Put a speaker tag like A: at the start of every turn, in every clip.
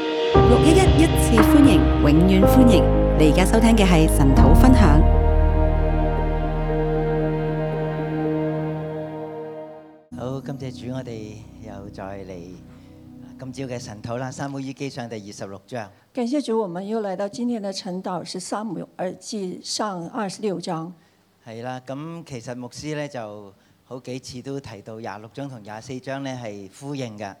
A: 一一一次歡迎，永遠歡迎！你而家收聽嘅係神土分享。
B: 好，感謝主，我哋又再嚟啊今朝嘅神討啦，《撒母耳記上》第二十六章。
C: 感謝主，我們又來到今天的晨禱，是《撒母耳記上》二十六章。
B: 係啦，咁其實牧師咧就好幾次都提到廿六章同廿四章咧係呼應嘅。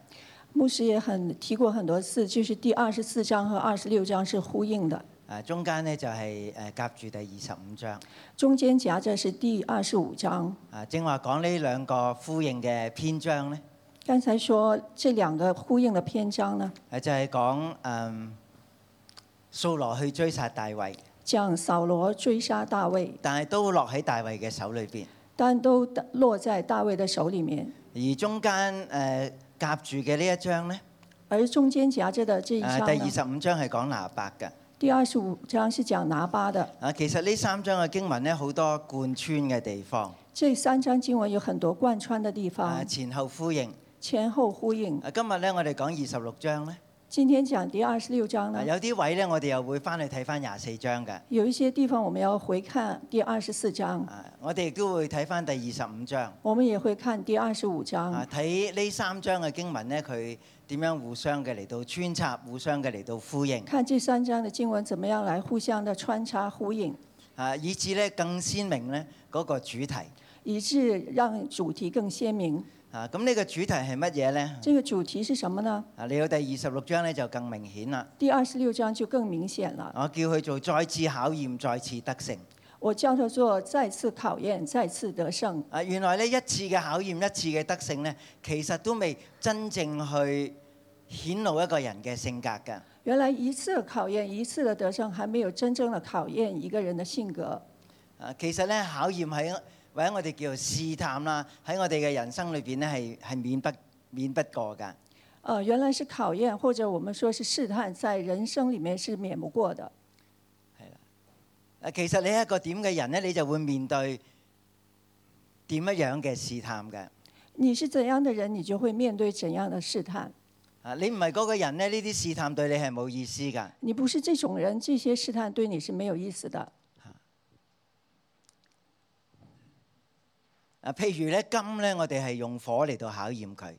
C: 牧師也很提過很多次，就是第二十四章和二十六章是呼應的，
B: 啊，中間咧就係誒夾住第二十五章。
C: 中間夾着是第二十五章。
B: 啊，正話講呢兩個呼應嘅篇章咧，
C: 剛才說這兩個呼應的篇章呢，
B: 誒啊就係講誒掃羅去追殺大衛，
C: 講掃羅追殺大衛，
B: 但係都落喺大衛嘅手裏邊。
C: 但都落在大衛的手裡面。
B: 而中間誒夾住嘅呢一章咧，
C: 而中間夾着的這一章
B: 誒
C: 呢，
B: 啊第二十五章係講拿伯嘅。
C: 第二十五章是講拿巴的。
B: 啊，其實呢三章嘅經文咧，好多貫穿嘅地方，
C: 這三章經文有很多貫穿的地
B: 啊
C: 方，
B: 前後呼應。
C: 前後呼應。
B: 啊，今日咧我哋講二十六章咧，
C: 今天講第二十六章呢
B: 啊，有啲位咧我哋又會翻去睇翻廿四章嘅。
C: 有一些地方我們要回看第二十四章，
B: 啊，我哋亦都會睇翻第二十五章。
C: 我們也會看第二十五章
B: 啊，。睇呢三章嘅經文咧，佢點樣互相嘅嚟到穿插，互相嘅嚟到呼應。
C: 看這三章的經文怎麼樣來互相的穿插呼應，
B: 啊，以至咧更鮮明咧嗰個主題。
C: 以致讓主題更鮮明。
B: 啊，咁呢個主題係乜嘢咧？
C: 這個主題是什麼呢？
B: 啊，嚟到第二十六章咧就更明顯啦。
C: 第二十六章就更明顯了。
B: 我叫佢做再次考驗，再次得勝。
C: 我叫它做再次考驗，再次得勝。
B: 啊，原來呢一次嘅考驗，一次嘅得勝呢，其實都未真正去顯露一個人嘅性格㗎。
C: 原來一次的考驗，一次的得勝，還沒有真正的考驗一個人的性格。
B: 啊，其實呢，考驗喺或者我哋叫做試探啦，喺我哋嘅人生裏邊呢，係係免不免不過㗎。
C: 呃，原來是考驗，或者我們說是試探，在人生裡面是免不過的。
B: 啊，其實你係一個點嘅人呢，你就會面對點樣嘅試探㗎。
C: 你是怎樣的人，你就會面對怎樣的試探。
B: 啊，你唔係嗰個人呢，呢啲試探對你係冇意思㗎。
C: 你不是這種人，這些試探對你是沒有意思的。
B: 啊，譬如呢，金呢，我哋係用火嚟到考驗佢。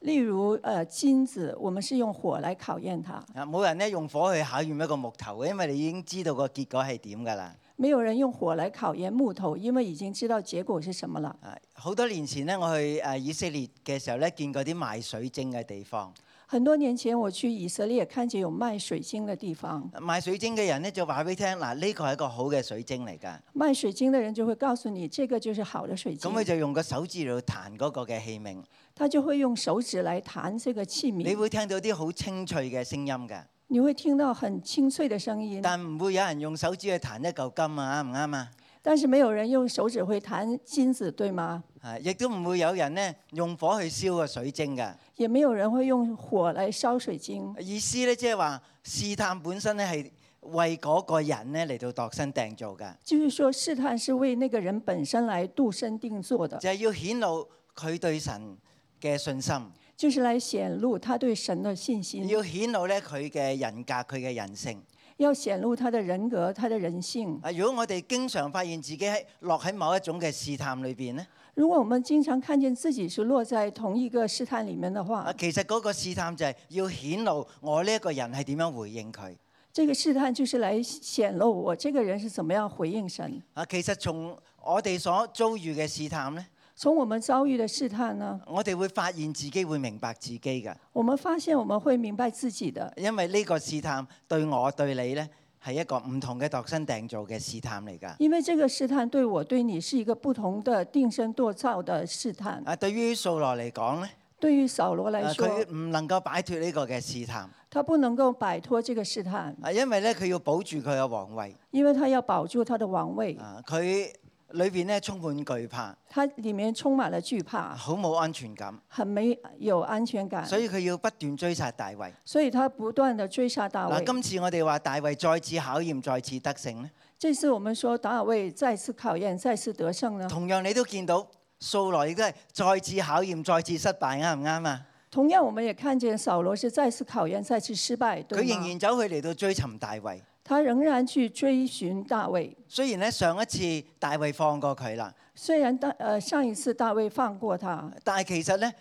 C: 例如，呃，金子，我們是用火來考驗它，
B: 啊！冇人咧用火去考驗一個木頭嘅，因為你已經知道個結果係點㗎啦。
C: 沒有人用火來考驗木頭，因為已經知道結果是什麼了。
B: 啊，好多年前咧，我去誒以色列嘅時候咧，見過啲賣水晶嘅地方。
C: 很多年前我去以色列，看見有賣水晶的地方，
B: 賣水晶嘅人咧就話俾你聽，嗱呢個係一個好嘅水晶嚟㗎。
C: 賣水晶的人就會告訴你，這個就是好的水晶
B: 咁。佢就用個手指嚟到彈嗰個嘅器皿，
C: 他就會用手指來彈這個器
B: 你
C: 皿，
B: 會聽到啲好清脆嘅聲音㗎，
C: 你會聽到很清脆的聲音，
B: 但唔會有人用手指去彈一嚿金啊，啱唔啱啊？
C: 但是沒有人用手指會彈金子，對嗎？
B: 啊，亦都唔會有人咧用火去燒個水晶㗎。
C: 也沒有人會用火來燒水晶。
B: 意思咧，即係話試探本身咧係為嗰個人咧嚟到度身訂造㗎，
C: 就是說，試探是為那個人本身來度身定做的，
B: 就係要顯露佢對神嘅信心，
C: 就是來顯露他對神的信心，
B: 要顯露咧佢嘅人格、佢嘅人性。
C: 要顯露他的人格、他的人性。
B: 啊，如果我哋經常發現自己喺落喺某一種嘅試探裏邊咧，
C: 如果我們經常看見自己是落在同一個試探裡面的
B: 啊
C: 話，，
B: 其實嗰個試探就係要顯露我呢一個人係點樣回應佢。
C: 這個試探就是來顯露我這個人是怎麼樣回應神。
B: 啊，其實從我哋所遭遇嘅試探咧，
C: 從我們遭遇的試探呢，
B: 我哋會發現自己會明白自己㗎，
C: 我們發現我們會明白自己的，
B: 因為呢個試探對我對你咧係一個唔同嘅度身訂造嘅試探嚟㗎。
C: 因為這個試探對我對你是一個不同的定身剁造的試探。
B: 啊，對於掃羅嚟講咧。
C: 對於掃羅
B: 啊
C: 來說，
B: 佢唔能夠擺脱呢個嘅試探，
C: 他不能夠擺脫這個試探，
B: 啊，因為咧佢要保住佢嘅皇位，
C: 因為他要保住他的王位，
B: 啊，佢裏邊咧充滿懼怕，
C: 他裡面充滿了懼怕，
B: 好冇安全感，
C: 很沒有安全感，
B: 啊所以佢要不斷追殺大衛。
C: 所以他不斷的追殺大
B: 嗱，
C: 衛。
B: 今次我哋話大衛再次考驗，再次得勝咧，
C: 這次我們說大衛再次考驗，再次得勝呢，
B: 同樣你都見到掃羅亦都係再次考驗，再次失敗，啱唔啱啊？
C: 同样，我们也看见扫罗是再次考验，再次失败，
B: 佢
C: 对
B: 仍
C: 吗？
B: 然走去嚟到追尋大衛。
C: 他仍然去追寻大卫。
B: 雖然咧上一次大衛放過佢啦，
C: 虽然大呃上一次大卫放过他，
B: 但係其實咧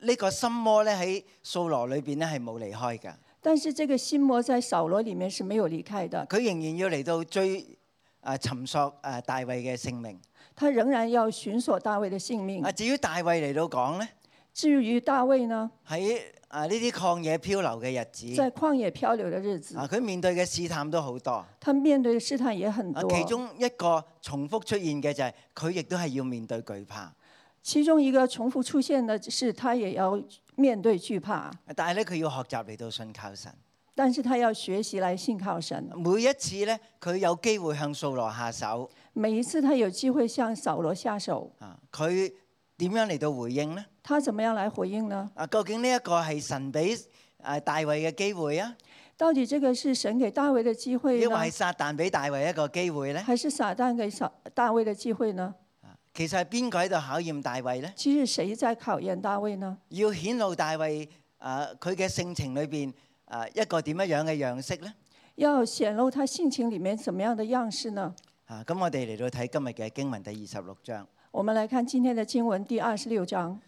B: 呢、個心魔咧喺掃羅裏邊咧係冇離開㗎。
C: 但是这个心魔在扫罗里面是没有离开的，
B: 佢仍然要嚟到追啊尋索啊大衛嘅性命。
C: 他仍然要寻索大卫的性命
B: 啊，。至於大衛嚟到講咧，
C: 至于大卫呢，
B: 喺啊呢啲曠野漂流嘅日
C: 在
B: 子，
C: 旷野漂流的日子，
B: 啊佢面對嘅試探都好多。啊，
C: 他面对的试探也很多。
B: 其啊中一個重複出現嘅就係佢亦都係要面對懼怕，
C: 其中一个重复出现的是，他也要面对惧怕，
B: 但係咧佢要學習嚟到信靠神。
C: 但是他要学习来信靠神。
B: 每一次咧，佢有機會向掃羅下手
C: 每一次他有机会向扫罗下手，
B: 啊，佢點樣嚟到回應呢？
C: 他怎么样来回应呢？
B: 啊，究竟呢一個係神俾誒大衛嘅機會啊，
C: 到底这个是神给大卫的机会
B: 抑
C: 呢
B: 或，係撒旦俾大衛一個機會呢？
C: 还是撒旦给扫大卫的机会呢？
B: 其實係邊個喺度考驗大衛呢？
C: 其实谁在考验大卫呢？
B: 要顯露大衛誒佢嘅性情裏邊誒一個點樣樣嘅樣式呢？
C: 要显露他性情里面怎么样的样式呢？
B: 啊，咁我哋嚟到睇今日嘅經文第二十六章，
C: 我们来看今天的经文第二十六章，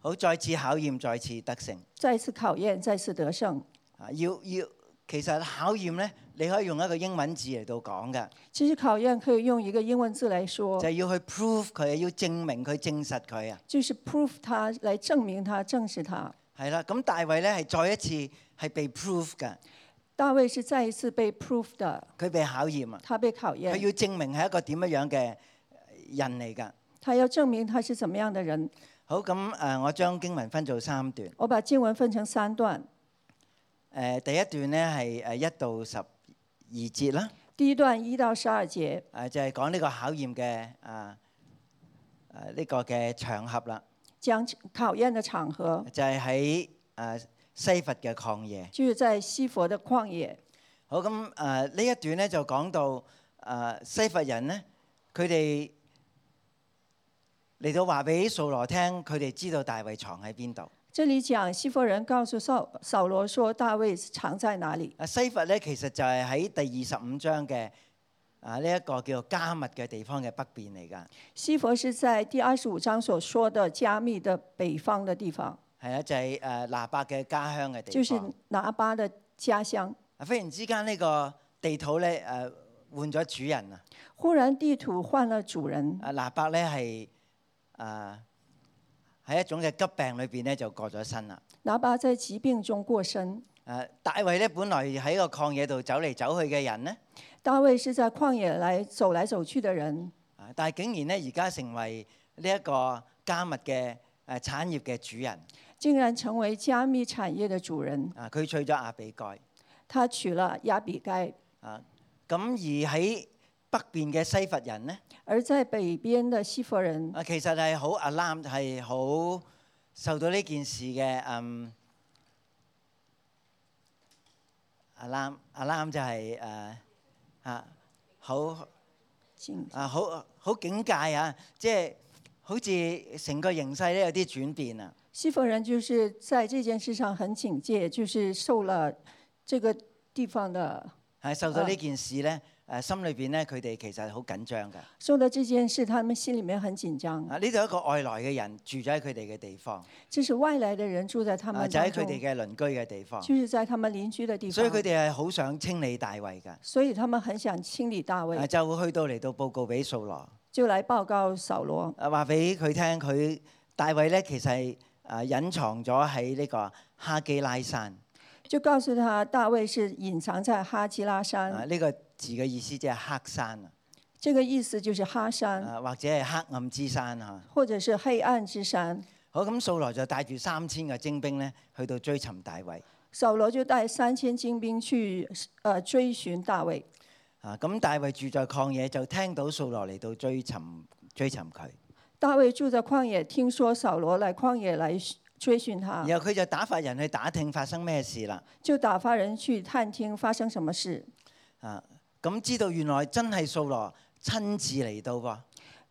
B: 好再次考驗，再次得勝。
C: 再次考验，再次得胜。
B: 啊，要要其實考驗呢，你可以用一個英文字嚟到講嘅，
C: 其实考验可以用一个英文字来说
B: 就，係要去 prove 佢，要證明佢、證實佢啊。
C: 就是 prove 他来证明他、证实他。
B: 係啦，咁大衛呢係再一次係被 prove 嘅，
C: 大卫是再一次被 prove 的，
B: 佢被考驗啊，
C: 他被考
B: 佢
C: 验，
B: 要證明係一個點樣樣嘅人嚟㗎。
C: 他要证明他是怎么样的人。
B: 好，咁誒，我將經文分做三段。
C: 我把经文分成三段，
B: 誒、第一段咧係誒一到十二節啦，
C: 第一段一到十二节
B: 誒、就係講呢個考驗嘅啊誒呢個嘅場合啦，
C: 讲考验的场合，
B: 就係喺誒西佛嘅曠野。
C: 就是在西佛的旷野。
B: 好咁誒呢一段咧就講到誒、西佛人咧，佢哋嚟到話俾掃羅聽，佢哋知道大衛藏喺邊度。
C: 这里讲西佛人告诉扫扫罗说大卫藏在哪里。
B: 啊西佛咧其實就係喺第二十五章嘅啊呢一個叫做加密嘅地方嘅北邊嚟㗎。
C: 西佛是在第二十五章所说的加密的北方的地方，
B: 係啊，就係誒拿伯嘅家鄉嘅
C: 就
B: 地
C: 是
B: 方。
C: 拿巴的家乡。
B: 啊，忽然之間呢個地土咧誒換咗主人啊！
C: 忽然地土换了主人，
B: 啊，拿伯咧係誒喺一種嘅急病裏邊咧就過咗身啦。
C: 拿巴在疾病中過身。
B: 誒，大衛咧本來喺個曠野度走嚟走去嘅人咧，
C: 大衛是在旷野来走来走去的人，
B: 啊，但係竟然咧而家成為呢一個加密嘅誒產業嘅主人
C: 竟然成为加密产业的主人。
B: 啊！佢娶咗亞比蓋
C: 他娶了亚比该，
B: 啊，咁而喺北邊嘅西佛人咧，
C: 而在北边的西佛人
B: 啊，其實係好 alarm，係好受到呢件事嘅嗯 alarm alarm 就係、誒啊好
C: 警
B: 啊好好警戒啊，即係好似成個形勢咧有啲轉變啊。
C: 西佛人就是在这件事上很警戒，就是受了这个地方的
B: 係受到呢件事咧，誒、心裏邊咧，佢哋其實好緊張㗎。
C: 受到这件事，他们心里面很紧张。
B: 啊，呢度有一個外來嘅人住咗喺佢哋嘅地方，
C: 这是外来的人住在他
B: 啊
C: 们
B: 就喺
C: 当
B: 佢
C: 中，
B: 哋嘅鄰居嘅地方，
C: 就是在他们邻居的地方，
B: 所以佢哋係好想清理大衛㗎。
C: 所以他们很想清理大卫
B: 啊，，就會去到嚟到報告俾掃羅，
C: 就来报告扫罗。
B: 啊話俾佢聽，佢大衛咧其實係啊隱藏咗喺呢個哈基拉山
C: 就告诉他，大卫是隐藏在哈基拉山，
B: 啊呢、個字嘅意思即係黑山啊
C: 这个意思就是哈山，
B: 啊，或者係黑暗之山啊嚇、
C: 或者是黑暗之山。
B: 好咁，掃羅就帶住三千嘅精兵咧，去到追尋大衛
C: 扫罗就带三千精兵去呃追寻大卫。
B: 啊。咁大衛住在曠野，就聽到掃羅嚟到追尋追尋佢，
C: 大衛住在旷野，听说扫罗来旷野来寻追寻他，
B: 然後佢就打發人去打聽發生咩事啦。
C: 就打发人去探听发生什么事。
B: 啊，咁知道原來真係掃羅親自嚟到喎。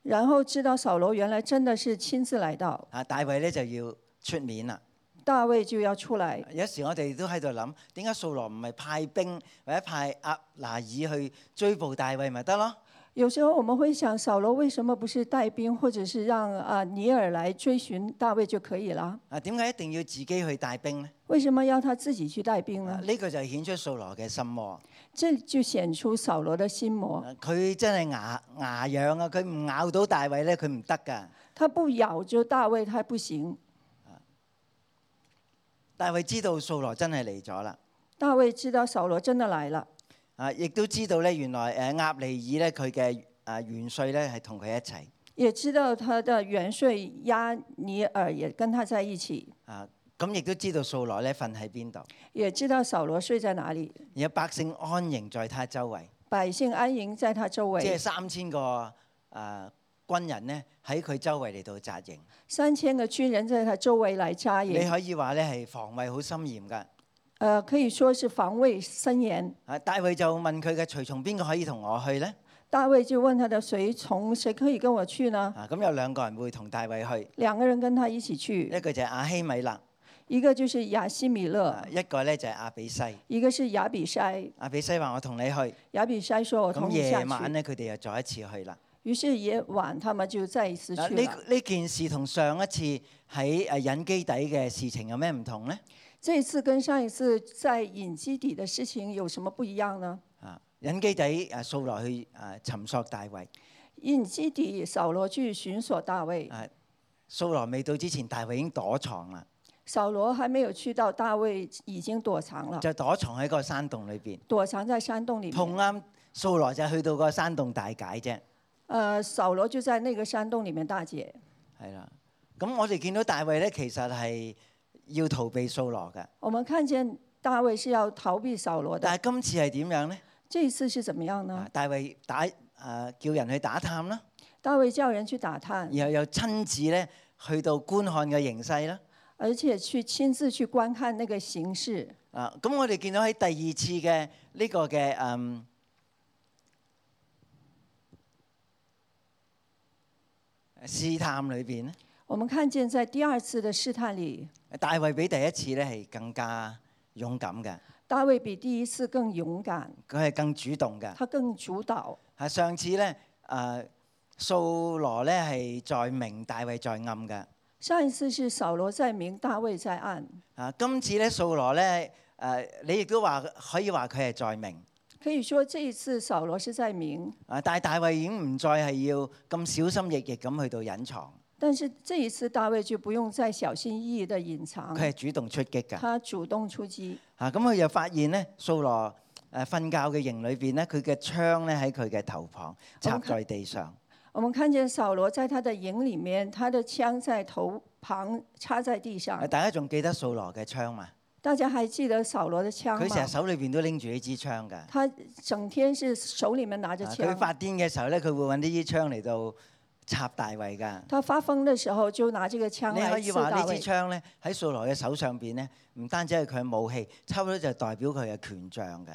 C: 然后知道扫罗原来真的是亲自来到，
B: 啊，大衛咧就要出面啦。
C: 大卫就要出来。
B: 有時我哋都喺度諗，點解掃羅唔係派兵或者派押拿爾去追捕大衛咪得咯？
C: 有时候我们会想，扫罗为什么不是带兵，或者是让啊尼尔来追寻大卫就可以了？
B: 啊，點解一定要自己去帶兵呢？
C: 为什么要他自己去带兵
B: 啊
C: 呢？
B: 呢個就顯出掃羅嘅心魔。
C: 这就显出扫罗的心魔，
B: 啊佢真係牙牙痒啊！佢唔咬到大衛咧，佢唔得噶。
C: 他不咬着大卫，他不行。
B: 大衛知道掃羅真係嚟咗啦，
C: 大卫知道扫罗真的来了，
B: 啊，亦都知道咧，原來誒鴨尼爾咧佢嘅啊元帥咧係同佢一齊
C: 也知道他的元帅押尼尔也跟他在一起，
B: 啊，咁亦都知道掃羅咧瞓喺邊度，
C: 也知道扫罗睡在哪里，
B: 而有百姓安營在他周圍，
C: 百姓安营在他周
B: 即係
C: 围，
B: 三千個啊軍人咧喺佢周圍嚟到紮營。
C: 三千个军人在他周围来扎
B: 你
C: 营，
B: 可以話咧係防衞好森嚴噶。
C: 呃，可以说是防卫森严。
B: 啊，大衛就問佢嘅隨從邊個可以同我去呢？
C: 大卫就问他的随从：“谁可以跟我去呢
B: 啊，咁有兩個人會同大衛去，？”
C: 两个人跟他一起去，
B: 一個就係亞希米勒。
C: 一个就是雅西米勒
B: 啊，一個咧就係阿比西，
C: 一个是雅比筛。
B: 阿比西話我同你去，
C: 雅比筛说：“我
B: 咁
C: 同你下
B: 夜晚
C: 去。
B: 咧佢哋又再一次去啦。”
C: 于是夜晚他们就再一次
B: 嗱
C: 去
B: 呢
C: 了。
B: 呢件事同上一次喺誒引基底嘅事情有咩唔同呢？
C: 这一次跟上一次在隐基底的事情有什么不一样呢？
B: 啊，引基底誒掃羅去誒尋索大衛，
C: 隐基底扫罗去寻索大卫，
B: 啊掃羅未到之前，大衛已經躲藏啦，
C: 扫罗还没有去到，大卫已经躲藏了，
B: 就躲藏喺個山洞裏邊。
C: 躲藏在山洞里
B: 碰
C: 面。
B: 啱掃羅就去到個山洞大解啫，
C: 呃，扫罗就在那个山洞里面大姐。
B: 係啦。咁我哋見到大衛咧，其實係要逃避掃羅嘅，
C: 我们看见大卫是要逃避扫罗的。
B: 但係今次係點樣呢？
C: 这一次是怎么样
B: 啊
C: 呢？
B: 大衛打誒、啊叫人去打探啦，
C: 大卫叫人去打探，
B: 然後又親自咧去到觀看嘅形勢啦。
C: 而且去亲自去观看那个形势。
B: 啊，咁我哋見到喺第二次嘅呢個嘅嗯試探裏邊咧，
C: 我们看见在第二次的试探里，
B: 大衛比第一次咧係更加勇敢嘅，
C: 大卫比第一次更勇敢，
B: 佢係更主動嘅。
C: 他更主導。
B: 啊，上次咧誒掃羅咧係在明，大衛在暗嘅。
C: 上一次是扫罗在明，大卫在暗。
B: 啊，今次咧掃羅咧誒，你亦都話可以話佢係在明。
C: 可以说这一次扫罗是在明，
B: 啊！但係大衛已經唔再係要咁小心翼翼咁去到隱藏，
C: 但是这一次大卫就不用再小心翼翼的隐藏，
B: 佢係主動出擊㗎。
C: 他主動出击。
B: 啊！咁佢就發現咧，掃羅誒瞓覺嘅營裏邊咧，佢嘅槍咧喺佢嘅頭旁插在地上。
C: 我们看见扫罗在他的营里面，他的枪在头旁插在地上
B: 啊。大家仲記得掃羅嘅槍嘛？
C: 大家还记得扫罗的枪
B: 佢成
C: 吗
B: 日？手裏邊都拎啊住呢支槍㗎。啊啊
C: 他整天是手里面拿着
B: 佢、
C: 枪，
B: 發癲嘅時候咧，佢會揾呢支槍嚟到插大衛㗎。
C: 他发疯的时候就拿这个枪
B: 你可
C: 来
B: 以
C: 刺
B: 話
C: 大
B: 呢支
C: 卫。
B: 槍咧喺掃羅嘅手上邊咧，唔單止係佢嘅武器，差唔多就代表佢嘅權杖嘅。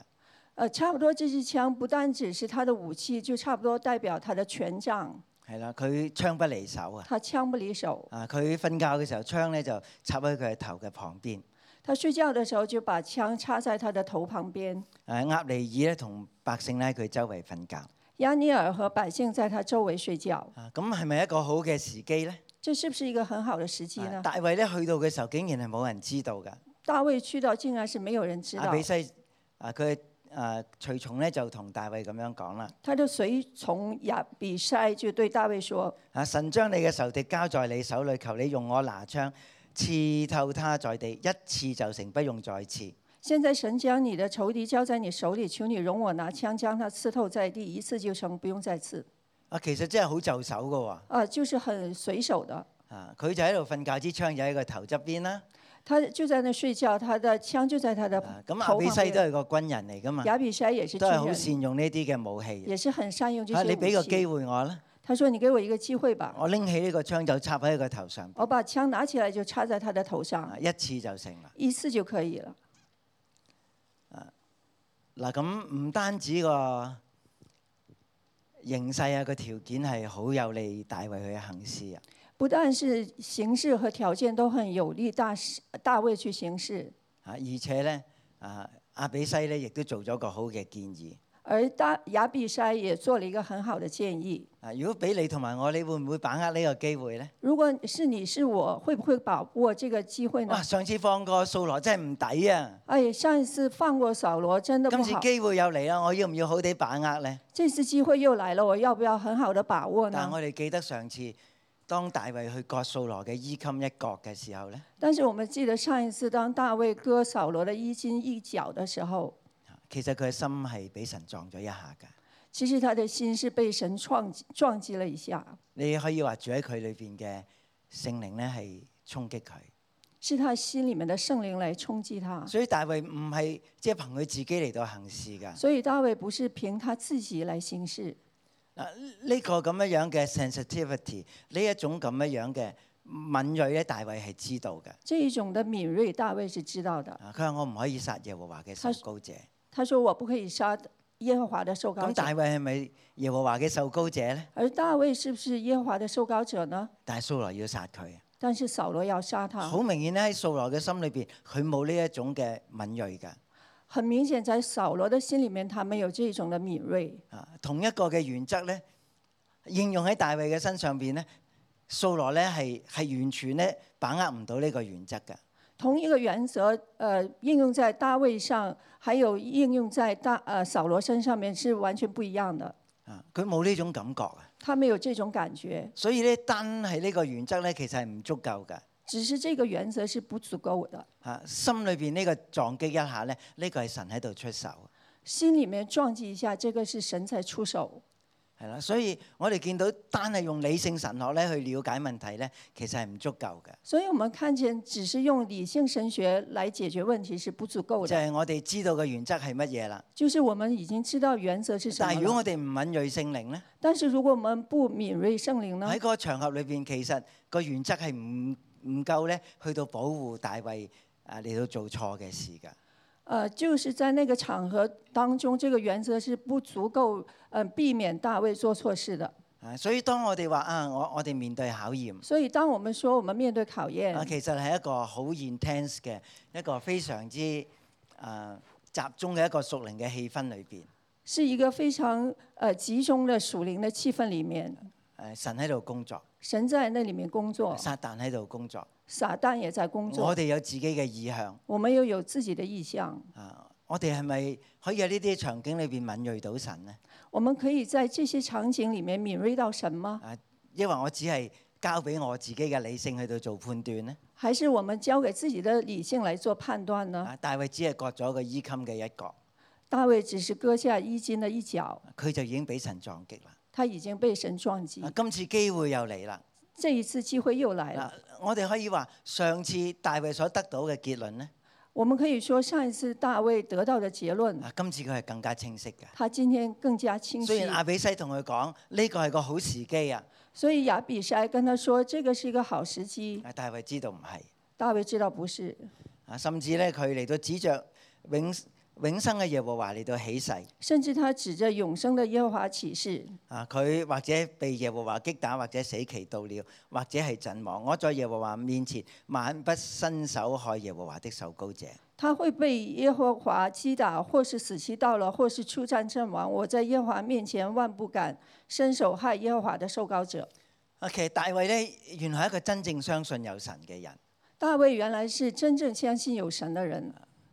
C: 呃，差不多这支枪不单只是他的武器，就差不多代表他的权杖。
B: 係啦，佢槍不離手啊！
C: 他枪不离手，
B: 啊，佢瞓覺嘅時候，槍咧就插喺佢嘅頭嘅旁邊。
C: 他睡觉的时候就把枪插在他的头旁边。
B: 誒，啊鴨尼爾咧同百姓咧，佢周圍瞓覺。
C: 亚尼尔和百姓在他周围睡觉，
B: 啊，咁係咪一個好嘅時機咧？
C: 这是不是一个很好的时机
B: 啊
C: 呢？
B: 大衛咧去到嘅時候，竟然係冇人知道㗎。
C: 大卫去到竟然是没有人知
B: 阿
C: 道
B: 比，西啊，佢啊隨從咧就同大衛咁樣講啦：
C: 他的随从亚比筛就对大卫说
B: 啊，神將你嘅仇敵交在你手裏，求你用我拿槍刺透他在地，一次就成，不用再刺。
C: 现在神将你的仇敌交在你手里，求你容我拿枪将他刺透在地，一次就成，不用再刺。
B: 啊，其實真係好就手㗎喎。
C: 啊，就是很随手的。
B: 啊，佢就喺度瞓覺，支槍就喺個頭側邊啦。
C: 他就在那睡觉，他的枪就在他的
B: 啊
C: 头
B: 咁阿
C: 旁
B: 比西都
C: 边。
B: 係個軍人嚟㗎嘛。
C: 亚比筛也是
B: 都
C: 军
B: 係好
C: 人，
B: 善用呢啲嘅武器。
C: 也是很善用这
B: 啊，
C: 些
B: 你俾個
C: 武
B: 機
C: 器。
B: 會我啦，
C: 他说：“你给我一个机会吧。
B: 我拎起呢個槍就插喺佢頭上”邊，
C: 我把枪拿起来就插在他的头上
B: 啊，一次就成啦。
C: 一次就可以了。
B: 嗱，咁唔單止個形勢啊，個條件係好有利大衛去行事啊。
C: 不但是形式和条件都很有利大使大卫去行事，
B: 啊，而且咧啊，阿比西咧亦都做咗個好嘅建議。
C: 而大亚比筛也做了一个很好的建议。
B: 啊，如果俾你同埋我，你會唔會把握呢個機會咧？
C: 如果是你是我，会不会把握这个机会呢
B: 哇！？上次放過掃羅真係唔抵啊！
C: 哎，上一次放过扫罗真的不
B: 今次
C: 好，
B: 機會又嚟啦，我要唔要好地把握咧？
C: 这次机会又来了，我要不要很好的把握
B: 但
C: 呢？
B: 我哋記得上次當大衛去割掃羅嘅衣襟一角嘅時候咧，
C: 但是我们记得上一次当大卫割扫罗的一筋一角的时候，
B: 其實佢嘅心係俾神撞咗一下㗎。
C: 其实他的心是被神撞击撞击了一下，
B: 你可以話住喺佢裏邊嘅聖靈咧係衝擊佢。
C: 是他心里面的圣灵来冲击他。
B: 所以大衛唔係即係憑佢自己嚟到行事㗎。
C: 所以大卫不是凭他自己来行事，
B: 嗱，呢個咁樣樣嘅 sensitivity，呢一種咁樣樣嘅敏鋭咧，大衛係知道嘅。
C: 这一种的敏锐，大卫是知道的。
B: 啊，佢話我唔可以殺耶和華嘅受膏者。
C: 他说：“我不可以杀耶和华的受膏
B: 咁
C: 者
B: 大。衛係咪耶和華嘅受膏者咧？”
C: 而大卫是不是耶和华的受膏者呢？
B: 但係掃羅要殺佢，
C: 但是扫罗要杀他，
B: 好明顯咧喺掃羅嘅心裏邊，佢冇呢一種嘅敏鋭㗎。
C: 很明显在扫罗的心里面，他没有这种的敏锐。
B: 啊，同一個嘅原則咧，應用喺大衛嘅身上邊咧，掃羅咧係係完全咧把握唔到呢個原則㗎。
C: 同一个原则，呃，应用在大卫上，还有应用在大呃扫罗身上面是完全不一样的。
B: 啊，佢冇呢種感覺啊。
C: 他没有这种感觉，
B: 所以咧，單係呢個原則咧，其實係唔足夠㗎。
C: 只是这个原则是不足够的。
B: 嚇，心裏邊呢個撞擊一下咧，呢、個係神喺度出手，
C: 心里面撞击一下，这个是神才出手。
B: 係啦。所以我哋見到單係用理性神學咧去了解問題咧，其實係唔足夠嘅。
C: 所以我们看见，只是用理性神学来解决问题是不足够
B: 就
C: 的。
B: 係我哋知道嘅原則係乜嘢啦。
C: 就是我们已经知道原则是什
B: 但
C: 么
B: 係如果
C: 了，
B: 我哋唔敏鋭聖靈咧，
C: 但是如果我们不敏锐圣灵呢
B: 喺，個場合裏邊，其實個原則係唔唔夠咧，去到保護大衛啊嚟到做錯嘅事㗎。
C: 呃，就是在那个场合当中，这个原则是不足够，呃，避免大卫做错事的。
B: 啊，所以當我哋話啊，我我哋面對考驗。
C: 所以，当我们说我们面对考验
B: 啊，，其實係一個好 intense 嘅一個非常之誒、呃集中嘅一個屬靈嘅氣氛裏邊，誒、
C: 是一个非常呃集中的属灵的气氛里面，
B: 啊神喺度工作，
C: 神在那里面工作，
B: 撒旦喺度工作，
C: 撒旦也在哦工
B: 我
C: 作，
B: 哋有自己嘅意向
C: 我们又有自己的意向，
B: 啊，我哋係咪可以喺呢啲場景裏邊敏鋭到神呢？
C: 我们可以在这些场景里面敏锐到神吗？
B: 因為我只係交俾我自己嘅理性去到做判斷呢。
C: 还是我们交给自己的理性来做判断呢？
B: 啊，大衛只係割咗個衣襟嘅一角，
C: 大卫只是割下衣襟的一角，
B: 佢就已經俾神撞擊啦。
C: 他已经被神撞击
B: 啊，，今次機會又嚟啦。
C: 这一次机会又来
B: 嗱
C: 了。，
B: 我哋可以話上次大衛所得到嘅結論呢，
C: 我们可以说，上一次大卫得到的结论，
B: 啊，今次佢係更加清晰嘅。
C: 他今天更加嗯清
B: 雖
C: 晰
B: 然。阿比西同佢講呢個係個好時機啊，
C: 所以亚比筛跟他说，这个是一个好时机。
B: 但啊大衛知道唔係
C: 大卫知道不是，
B: 啊，甚至咧佢嚟到指着永永生嘅耶和華嚟到起誓
C: 甚至他指着永生的耶和华起誓，
B: 啊，佢或者被耶和華擊打，或者死期到了，或者係陣亡。我在耶和華面前萬不伸手害耶和華的受膏者。
C: 他会被耶和华击打，或是死期到了，或是出战阵亡。我在耶和华面前万不敢伸手害耶和华的受膏者。
B: 啊，其實大衛咧原來係一個真正相信有神嘅人。
C: 大卫原来是真正相信有神的人。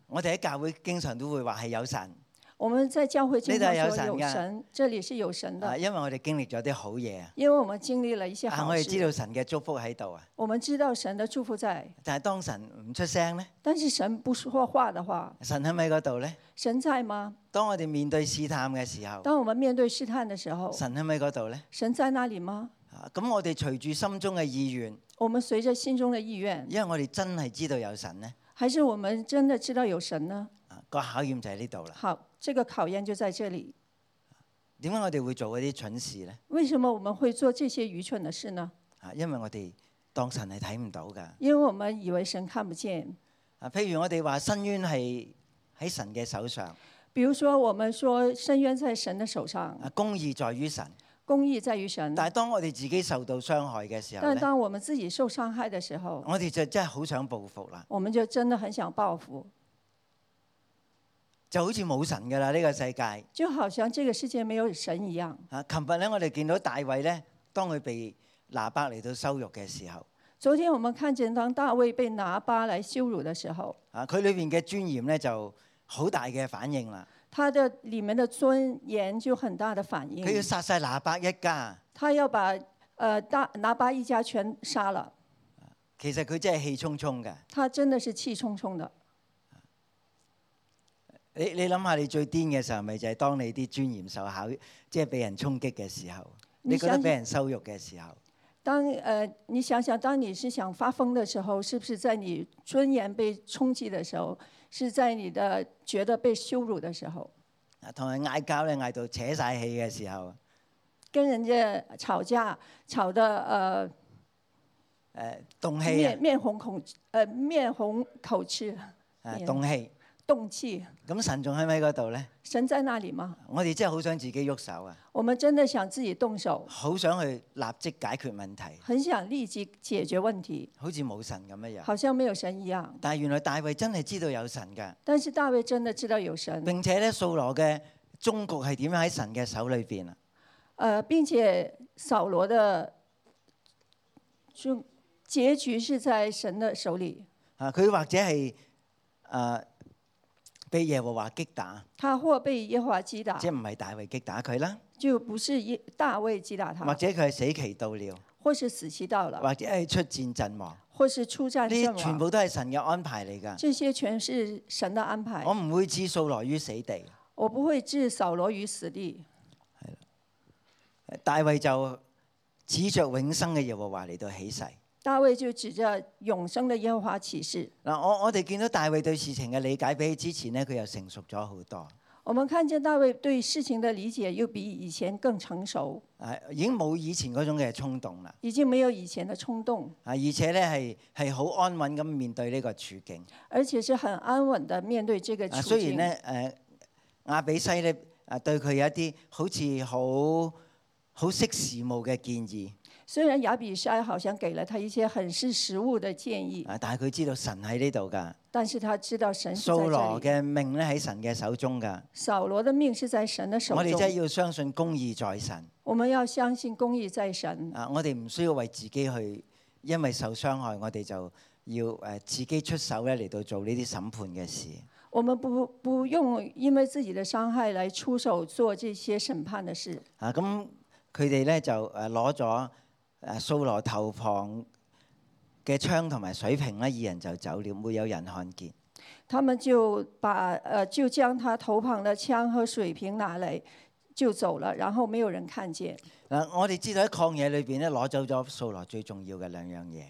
B: 我哋喺教會經常都會話係有神
C: 我们在教会经常
B: 那
C: 说
B: 得有神
C: 有
B: 的
C: 神，这里是有神
B: 啊，
C: 的，
B: 因為我哋經歷咗啲好嘢啊，
C: 因为我们经历了一些
B: 啊
C: 好
B: 我哋知
C: 事，
B: 道神嘅祝福喺度啊，
C: 我们知道神的祝福在。
B: 但係當神唔出聲咧。
C: 但是神不说话的话，
B: 神喺咪嗰度呢？
C: 神在吗？
B: 當我哋面對試探嘅時候，
C: 当我们面对试探的时候，
B: 神喺咪嗰度呢？
C: 神在那里吗？
B: 啊咁我哋隨住心中嘅意願，
C: 我们随着心中的意愿，
B: 因為我哋真係知道有神呢，
C: 还是我们真的知道有神呢？
B: 啊個考驗就喺呢度啦。
C: 好，这个考验就在这里。
B: 點解我哋會做嗰啲蠢事呢？
C: 为什么我们会做这些愚蠢的事呢？
B: 啊，因為我哋當神係睇唔到㗎。
C: 因为我们以为神看不見。
B: 啊，譬如我哋話伸冤係喺神嘅手上，
C: 比如说，我们说深渊在神的手上，
B: 啊公義在於神，
C: 公义在于神。
B: 但係當我哋自己受到傷害嘅時候
C: 但
B: 咧，
C: 当我们自己受伤害的时候，
B: 我哋就真係好想報復啦，
C: 我们就真的很想报复，
B: 就好似冇神㗎啦呢個世界
C: 就好像这个世界没有神一样。
B: 啊！琴日咧，我哋見到大衛咧，當佢被拿伯嚟到羞辱嘅時候，
C: 昨天我们看见，当大卫被拿巴来羞辱的时候，
B: 啊，佢裏邊嘅尊嚴咧就好大嘅反應啦。
C: 他的里面的尊严就很大的反
B: 佢要
C: 应，
B: 殺晒拿伯一家，
C: 他要把呃大拿巴一家全杀了，
B: 其實佢真係氣沖沖嘅。
C: 他真的是气冲冲的。
B: 你你諗下，你最癲嘅時候，咪就係當你啲尊嚴受考，即係俾人衝擊嘅時候，
C: 你
B: 你覺得
C: 想
B: 俾人羞辱嘅時候，
C: 当呃，你想想，当你是想发疯的时候，是不是在你尊严被冲击的时候，是在你的觉得被羞辱的时候，
B: 啊同人嗌交咧，嗌到扯晒氣嘅時候，誒、
C: 跟人家吵架吵得呃
B: 動氣啊
C: 面，面红口呃面红口赤，
B: 啊
C: 面
B: 動氣。
C: 动气，
B: 咁神仲喺咪嗰度咧？
C: 神在那里吗？
B: 我哋真係好想自己喐手啊，
C: 我们真的想自己动手，
B: 好想去立即解決問題，
C: 很想立即解决问题，
B: 好似冇神咁樣樣。
C: 好像没有神一样。
B: 但係原來大衛真係知道有神㗎。
C: 但是大卫真的知道有神，
B: 並且咧，掃羅嘅終局係點樣喺神嘅手裏邊啊？
C: 呃，并且扫罗的就结局是在神的手里，
B: 啊，佢或者係啊被耶和華擊打，
C: 他或被耶和华击打
B: 即，係唔係大衛擊打佢啦？
C: 就不是耶大卫击打
B: 或
C: 他，
B: 者佢係死期到了，
C: 或是死期到了，
B: 或者係出戰陣亡，呢
C: 或是出战阵
B: 啲全
C: 亡，
B: 部都係神嘅安排嚟㗎。
C: 这些全是神的安排
B: 我。唔會置掃羅於死地。
C: 我不会置扫罗于死地，
B: 大衛就指着永生嘅耶和華嚟到起誓。
C: 大卫就指着永生的耶和华起誓。
B: 嗱，我我哋見到大衛對事情嘅理解比起之前咧，佢又成熟咗好多，
C: 我们看见大卫对事情的理解又比以前更成熟，
B: 啊，已經冇以前嗰種嘅衝動啦。
C: 已经没有以前的衝动，
B: 啊，而且咧係係好安穩咁面對呢個處境。
C: 而且是很安稳的面对这个
B: 啊，
C: 处
B: 雖
C: 境。
B: 然咧誒、亞比西咧啊對佢有一啲好似好好識時務嘅建議，
C: 虽然亚比筛好像给了他一些很是实物的建议，
B: 啊，但係佢知道神喺呢度㗎，
C: 但是他知道神是在
B: 掃
C: 这
B: 羅
C: 里。
B: 嘅命咧喺神嘅手中㗎。
C: 扫罗的命是在神的手
B: 我哋真係
C: 中，
B: 要相信公義在神
C: 我们要相信公义在神，
B: 啊！我哋唔需要為自己去，因為受傷害，我哋就要誒、自己出手咧嚟到做呢啲審判嘅事。
C: 我们不不用因为自己的伤害来出手做这些审判的事。
B: 啊，咁佢哋咧就誒攞咗呃誒掃羅頭旁嘅槍同埋水瓶咧，二人就走了，沒有人看見。
C: 他们就把呃就将他头旁的枪和水瓶拿来就走了，然后没有人看见。
B: 嗱，我哋知道喺曠野裏邊咧攞走咗掃羅最重要嘅兩樣嘢。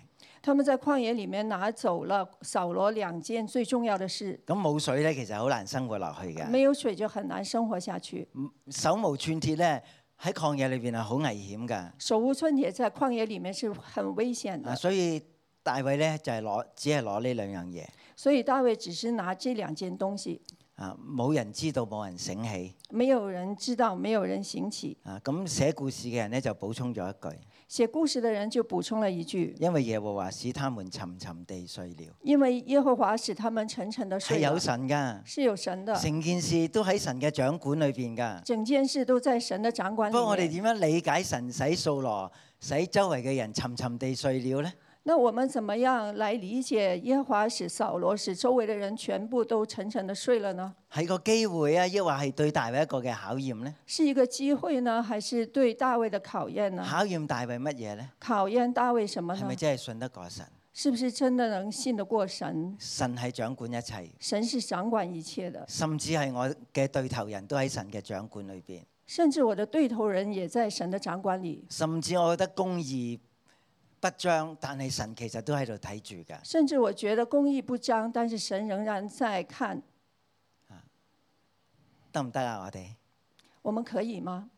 C: 他们在旷野里面拿走了扫罗两件最重要的事，
B: 咁冇水咧，其實好難生活落去
C: 没
B: 嘅。
C: 有水就很难生活下去。
B: 手無寸鐵咧，喺曠野裏邊係好危險㗎。
C: 手无寸铁在旷野里面是很危险
B: 啊，
C: 的，
B: 所以大衛咧就係攞，只係攞呢兩樣嘢。
C: 所以大卫只是拿这两件东西，
B: 啊，冇人知道，冇人醒起。
C: 没有人知道，没有人行起。
B: 啊，咁寫故事嘅人咧就補充咗一句：
C: 写故事的人就补充了一句
B: 因為耶和華使他們沉沉地睡了。：“
C: 因为耶和华使他们沉沉的
B: 係
C: 睡
B: 有
C: 了。”
B: 神㗎，
C: 是有神的，
B: 成件事都喺神嘅掌管裏邊㗎。
C: 整件事都在神的掌管
B: 不過我
C: 里
B: 哋點
C: 面。
B: 樣理解神使掃羅使周圍嘅人沉沉地睡了呢？
C: 那我们怎么样来理解耶和华使扫罗使周围的人全部都沉沉的睡了呢？
B: 係個機會啊，抑或係對大衛一個嘅考驗呢？
C: 是一个机会呢，还是对大卫的考验呢？
B: 考驗大衛乜嘢呢？
C: 考验大卫什么
B: 係
C: 呢
B: 咪？真係信得過神？
C: 是不是真的能信得过神？
B: 神係掌管一切，
C: 神是掌管一切的，
B: 甚至係我嘅對頭人都喺神嘅掌管裏邊，
C: 甚至我的对头人也在神的掌管里，
B: 甚至我覺得公義不彰，但係神其實都喺度睇住㗎。
C: 甚至我觉得公义不彰，但是神仍然在看。
B: 得唔得啊？我哋
C: 我们可以吗？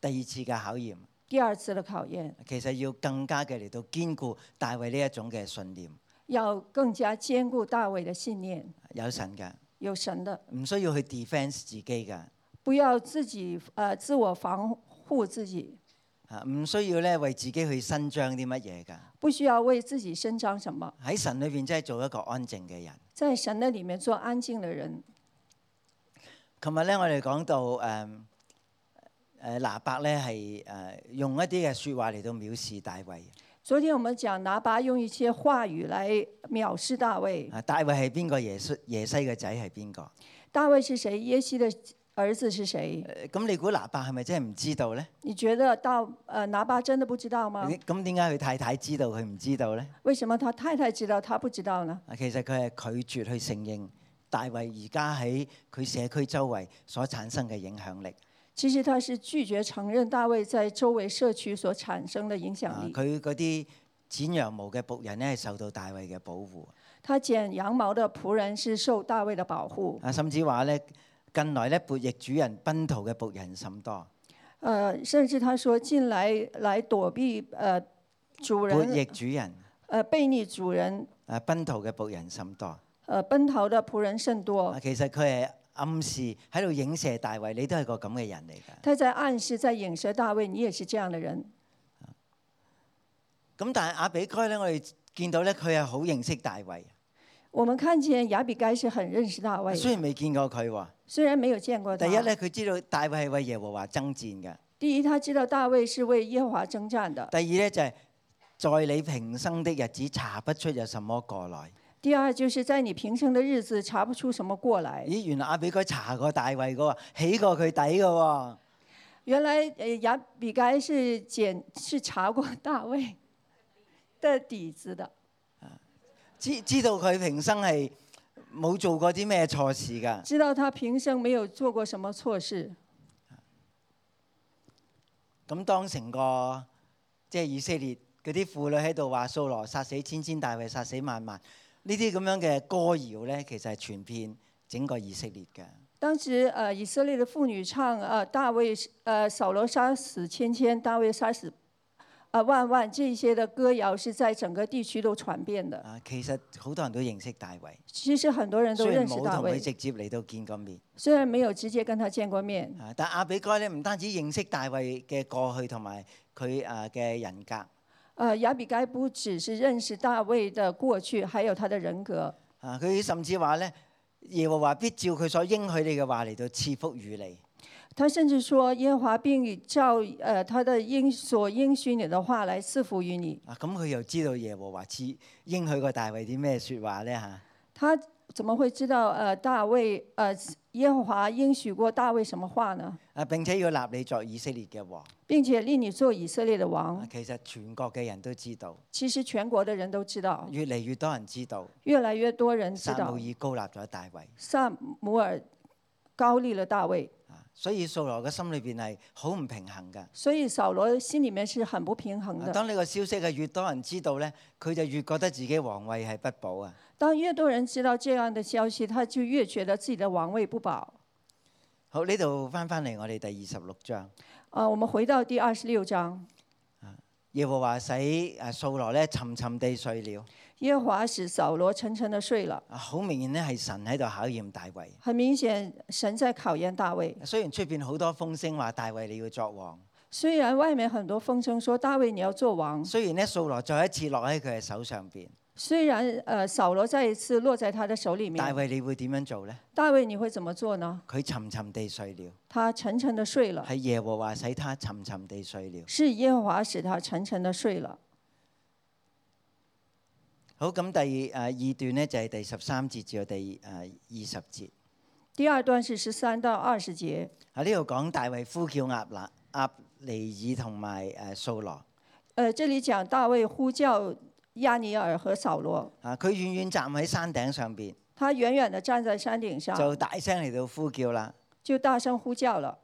B: 第二次嘅考驗，
C: 第二次的考验
B: 其實要更加嘅嚟到堅固大衛呢一種嘅信念，
C: 要更加坚固大卫的信念，
B: 有神㗎，
C: 有神的，
B: 唔需要去 defence 自己㗎。
C: 不要自己呃自我防护自己，
B: 啊，唔需要咧為自己去伸張啲乜嘢㗎。
C: 不需要为自己伸张什么，
B: 喺神裏邊真係做一個安靜嘅人。
C: 在神的里面做安静的人。
B: 琴日咧，我哋講到誒誒拿伯咧係誒用一啲嘅説話嚟到藐視大衛。
C: 昨天我们讲拿巴用一些话语来藐视大卫，
B: 啊，大衛係邊個？耶西耶西嘅仔係邊個？
C: 大卫是谁？耶西的儿子是谁？
B: 誒咁你估拿伯係咪真係唔知道咧？
C: 你觉得大呃拿巴真的不知道吗？
B: 咁點解佢太太知道佢唔知道咧？
C: 为什么他太太知道，他不知道呢？
B: 啊，其實佢係拒絕去承認大衛而家喺佢社區周圍所產生嘅影響力。
C: 其实他是拒绝承认大卫在周围社区所产生的影
B: 啊
C: 响力。
B: 佢嗰啲剪羊毛嘅仆人咧係受到大衛嘅保護。
C: 他剪羊毛的仆人是受大卫的保护。
B: 啊，甚至話咧，近來咧悖逆主人奔逃嘅仆人甚多。
C: 呃，甚至他说进来来躲避呃主
B: 悖逆
C: 人
B: 主人
C: 呃悖逆主人
B: 啊，奔逃嘅仆人甚多。
C: 呃奔逃的仆人甚多
B: 啊，。其實佢係暗示喺度影射大衛，你都係個咁嘅人嚟㗎。
C: 他在暗示，在影射大卫，你也是这样的人。
B: 咁但係亞比該咧，我哋見到咧，佢係好認識大衛，
C: 我们看见亚比该是很认识大卫，
B: 雖然未見過佢喎。
C: 虽然沒有见过他。
B: 啊第一咧，佢知道大衛係為耶和華爭戰嘅；
C: 第一他知道大卫是为耶和华征战的；
B: 第二咧就係、在你平生的日子查不出有什麼過來。
C: 第二就是在你平生的日子查不出什么过来。
B: 咦，原來亞比該查過大衛嘅喎，起過佢底嘅喎。
C: 原来呃亚比该是检是查过大卫的底子的，
B: 知知道佢平生係冇做過啲咩錯事㗎。
C: 知道他平生没有做过什么错事。
B: 咁當成個即係以色列嗰啲婦女喺度話掃羅殺死千千，大衛殺死萬萬，呢啲咁樣嘅歌謠咧，其實係傳遍整個以色列嘅。
C: 当时呃以色列的妇女唱呃大卫是呃扫罗杀死千千，大卫杀死呃万万这些的歌谣是在整个地区都传遍的。
B: 啊，其實好多人都認識大衛，
C: 其实很多人都
B: 雖然
C: 认
B: 冇
C: 识
B: 同
C: 大
B: 佢
C: 卫，
B: 直接嚟到見過面。
C: 虽然没有直接跟他见过面，
B: 啊，但亞比該咧唔單止認識大衛嘅過去同埋佢啊嘅人格，
C: 呃，亚比该不只是认识大卫的过去，还有他的人格。
B: 啊，佢甚至話咧，耶和華必照佢所應許你嘅話嚟到賜福與你。
C: 他甚至说，耶和华并照呃他的应所应许你的话来赐福于你。
B: 啊，咁佢又知道耶和華賜應許過大衛啲咩説話咧嚇？
C: 他怎么会知道呃大卫呃耶和华应许过大卫什么话呢？
B: 啊，並且要立你作以色列嘅王。
C: 并且立你做以色列的
B: 啊
C: 王。
B: 其實全國嘅人都知道，
C: 其实全国的人都知道，
B: 越嚟越多人知道，
C: 越来越多人知
B: 撒
C: 道
B: 母耳高立咗大衛。
C: 萨姆尔高立了大卫，
B: 啊，所以掃羅嘅心裏邊係好唔平衡㗎。
C: 所以扫罗心里面是很不平衡
B: 啊
C: 的。
B: 當呢個消息係越多人知道咧，佢就越覺得自己皇位係不保啊。
C: 当越多人知道这样的消息，他就越觉得自己的王位不保。
B: 好，呢度翻翻嚟我哋第二十六章，
C: 啊，我们回到第二十六章，
B: 耶和華使啊掃羅咧沉沉地睡了。
C: 耶和华使扫羅沉沉的睡了。
B: 啊，好明顯咧係神喺度考驗大衛。
C: 很明显，神在考验大卫。
B: 雖然出邊好多風聲話大衛你要作王，
C: 虽然外面很多风声说大卫你要做王，
B: 雖然咧掃羅再一次落喺佢嘅手上邊，
C: 虽然呃扫羅再一次落在他的手里
B: 大
C: 面，
B: 衛你會點樣做咧？
C: 大卫你会怎么做呢？
B: 佢沉沉地睡了，
C: 他沉沉的睡了，
B: 係耶和華使他沉沉地睡了。
C: 是耶和华使他沉沉的睡了。
B: 好，咁第誒二段呢，就係第十三節至到第誒啊二十節。
C: 第二段是十三到二十节，
B: 喺啊呢度講大衛呼叫亞拿亞尼爾同埋啊誒掃羅。
C: 呃，这里讲大卫呼叫亚尼尔和扫罗，
B: 啊！佢遠遠站喺山頂上邊，
C: 他远远地站在山顶上，
B: 就大聲嚟到呼叫啦！
C: 就大声呼叫了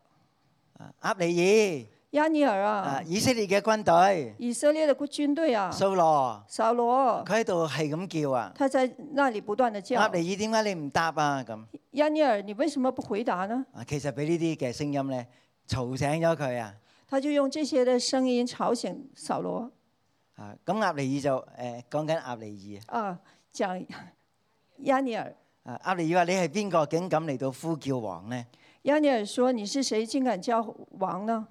B: 啊亞尼：“
C: 亚尼尔
B: 爾，啊
C: 啊，
B: 以色列嘅軍隊，
C: 以色列的军队啊，
B: 掃羅，
C: 扫罗，
B: 佢喺度係咁叫啊！
C: 他在那里不断的
B: 亞
C: 叫
B: 尼爾點解你唔答啊？咁
C: 亚尼尔，你为什么不回答呢？”
B: 啊，其實俾呢啲嘅聲音咧，嘈醒咗佢啊！
C: 他就用这些的声音吵醒扫罗
B: 呃啊，咁亞尼爾就誒、講緊亞尼爾啊
C: 啊，讲亚尼尔，
B: 啊，厄利爾話：你係邊個？竟敢嚟到呼叫王呢？
C: 亚尼尔说：“你是谁，竟敢叫王呢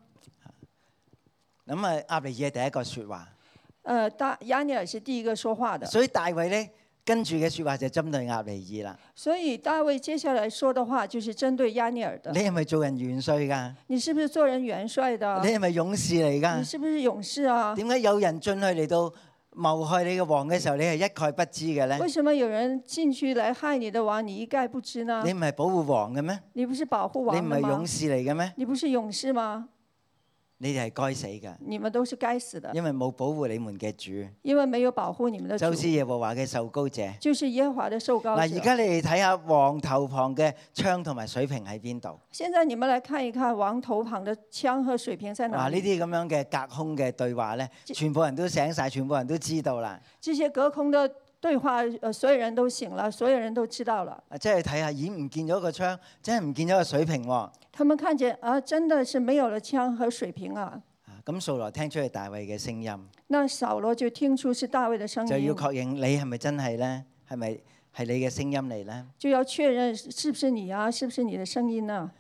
B: 咁啊，厄利爾係第一個説話，？”
C: 呃，大亚尼尔是第一个说话的，
B: 所以大衛咧跟住嘅説話就針對厄利爾啦。
C: 所以大卫接下来说的话就是针对亚尼尔的
B: 你。係咪做人元帥㗎？
C: 你是不是做人元帅的啊
B: 你？係咪勇士嚟
C: 你
B: 㗎？
C: 是不是勇士啊？
B: 點解有人進去嚟到謀害你嘅王嘅時候，你係一概不知嘅咧
C: 为？什么有人进去来害你的王，你一概不知呢
B: 你？唔係保護王嘅咩？
C: 你不是保护
B: 你唔
C: 王的
B: 係
C: 吗
B: 勇？士嚟嘅咩？
C: 你不是勇士吗？
B: 你哋係該死㗎，
C: 你们都是该死的，
B: 因為冇保護你們嘅主，
C: 因为没有保护你们的主
B: 就，是耶和華嘅受高者。
C: 就是耶和华的受膏
B: 嗱，而
C: 者。
B: 家你哋睇下王頭旁嘅槍同埋水平喺邊度？
C: 现在你们来看一看王头旁的枪和水瓶在哪
B: 哇！呢
C: 里？
B: 啲咁樣嘅隔空嘅對話咧，
C: 即
B: 全部人都醒晒，全部人都知道啦。
C: 这些隔空的对话，呃，所有人都醒了，所有人都知道了。
B: 啊即係睇下，咦？唔見咗個槍，真係唔見咗個水平喎。啊
C: 他们看见啊，真的是没有了枪和水瓶啊。
B: 咁掃羅聽出係大衛嘅聲音，
C: 那扫罗就听出是大卫的声
B: 就
C: 音
B: 要，確認你係咪真係咧？係咪係你嘅聲音嚟咧？
C: 就要确认是不是你啊，是不是你的声音啊呢、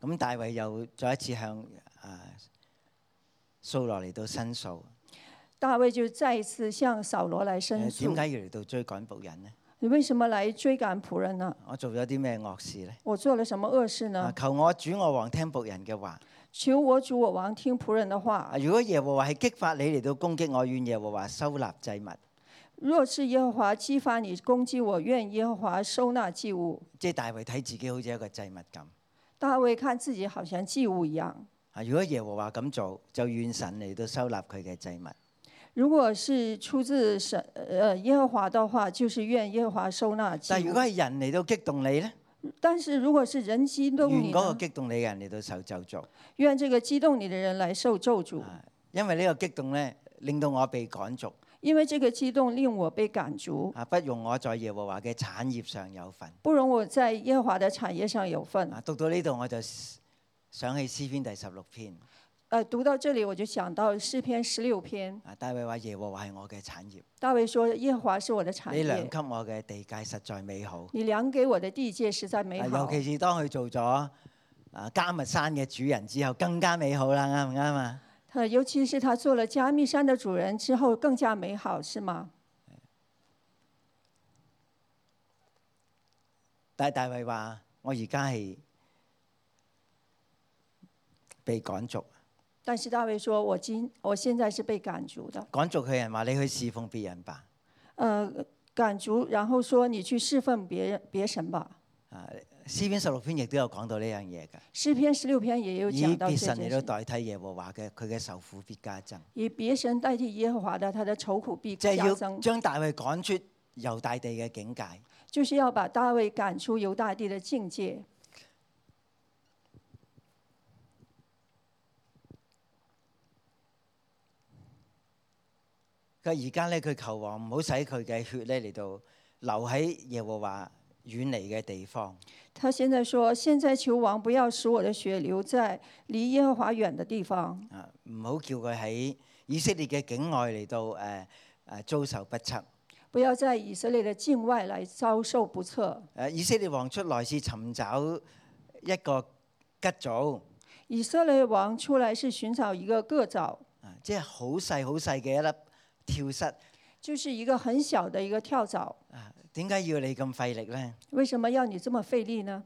B: 咁大衛又再一次向啊掃羅嚟到申訴，
C: 大卫就再一次向扫罗
B: 誒
C: 来申
B: 點
C: 诉：
B: 哎解要嚟到追趕僕人呢？
C: 你为什么来追赶仆人呢？
B: 我做咗啲咩惡事咧？
C: 我做了什么恶事
B: 啊
C: 呢？
B: 求我主我王聽僕人嘅話。
C: 求我主我王听仆人的
B: 啊
C: 话。
B: 如果耶和華係激發你嚟到攻擊我，願耶和華收納祭物。
C: 若是耶和华激发你攻击我，愿耶和华收纳祭物。
B: 即係大衛睇自己好似一個祭物咁。
C: 大卫看自己好像祭物一样。
B: 啊，如果耶和華咁做，就願神嚟到收納佢嘅祭物。
C: 如果是出自神呃耶和华的话，就是愿耶和华收纳祭
B: 但係如
C: 物
B: 果。係人嚟到激動你咧，
C: 但是如果是人激
B: 願
C: 动你
B: 嗰個
C: 呢，
B: 激動你嘅人嚟到受咒詛，
C: 愿这个激动你的人来受咒诅，
B: 啊因為呢個激動咧，令到我被趕逐，
C: 因为这个激动令我被赶逐，
B: 啊，不容我在耶和華嘅產業上有份。
C: 不容我在耶和华的产业上有份。
B: 啊，讀到呢度我就想起詩篇第十六篇。
C: 呃，读到这里我就想到诗篇十六篇，
B: 啊，大衛話耶和華係我嘅產業，
C: 大卫说：“耶和华是我的产
B: 你量
C: 业，
B: 給我嘅地界實在美好。
C: 你量给我的地界实在美
B: 啊
C: 好
B: 尤。其是當佢做咗啊加密山嘅主人之後，更加美好啦，啱唔啱啊？”
C: 呃，尤其是他做了加密山的主人之后，更加美好，是吗？
B: 但係大衛話：我而家係被趕逐，
C: 但是大卫说：“我今我现在是被赶逐的，
B: 趕逐佢人話：你去侍奉別人吧。
C: 呃，赶逐，然后说你去侍奉别人别神吧。”
B: 詩篇十六篇亦都有講到呢樣嘢㗎，
C: 诗篇十六篇也有
B: 以
C: 讲到这
B: 別
C: 件
B: 神嚟到
C: 事，
B: 代替耶和華嘅，佢嘅受苦必加增，
C: 以别神代替耶和华的，他的愁苦必
B: 即係
C: 加
B: 要
C: 增，
B: 將大衛趕出猶大地嘅境界。
C: 就是要把大卫赶出犹大地的境界。
B: 佢而家咧，佢求王唔好使佢嘅血咧嚟到流喺耶和華遠離嘅地方。
C: 他现在说：“现在求王不要使我的血流在离耶和华远的地方，
B: 啊，唔好叫佢喺以色列嘅境外嚟到誒誒、呃遭受不測。誒、
C: 不要在以色列的境外来遭受不测。
B: 以色列王出來是尋找一個吉組，”
C: 以色列王出来是寻找一个个枣，
B: 啊即係好細好細嘅一粒跳蚤。
C: 就是一个很小的一个跳蚤。
B: 啊，點解要你咁費力呢？
C: 为什么要你这么费力呢？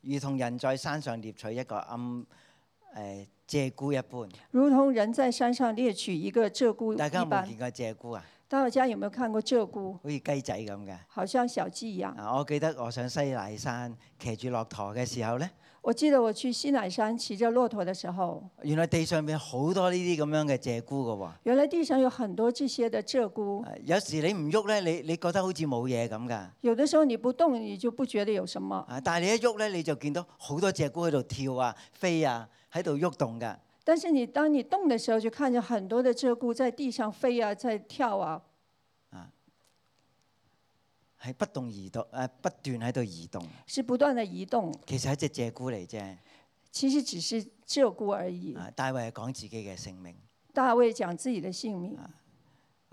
B: 如同人在山上獵取一個暗誒、呃鷓鴣一般。
C: 如同人在山上猎取一个鹧鸪
B: 大家有冇
C: 一般
B: 見。過鷓鴣啊？
C: 大家有没有看过鹧鸪？
B: 好似雞仔咁嘅。
C: 好像小鸡一样。
B: 啊，我記得我上西乃山騎住駱駝嘅時候呢，
C: 我記得我去西乃山骑着骆驼的时候，
B: 原來地上面好多呢啲咁樣嘅鷓鴣嘅喎。
C: 原来地上有很多这些的鹧鸪。
B: 啊有時你唔喐咧，你你覺得好似冇嘢咁㗎。
C: 有的时候你不動，你就不覺得有什么；
B: 啊！但係你一喐咧，你就見到好多隻菇喺度跳啊、飛啊，喺度喐動㗎。
C: 但是你当你動的时候，就看见很多的鹧鸪在地上飛啊，在跳啊，
B: 係不動移動，誒、不斷喺度移動。
C: 是不斷的移動。
B: 其實係一隻鷓鴣嚟啫。
C: 其實只是鹧鸪而已。
B: 啊，大衛係講自己嘅性命。
C: 大衛講自己的性命，
B: 啊，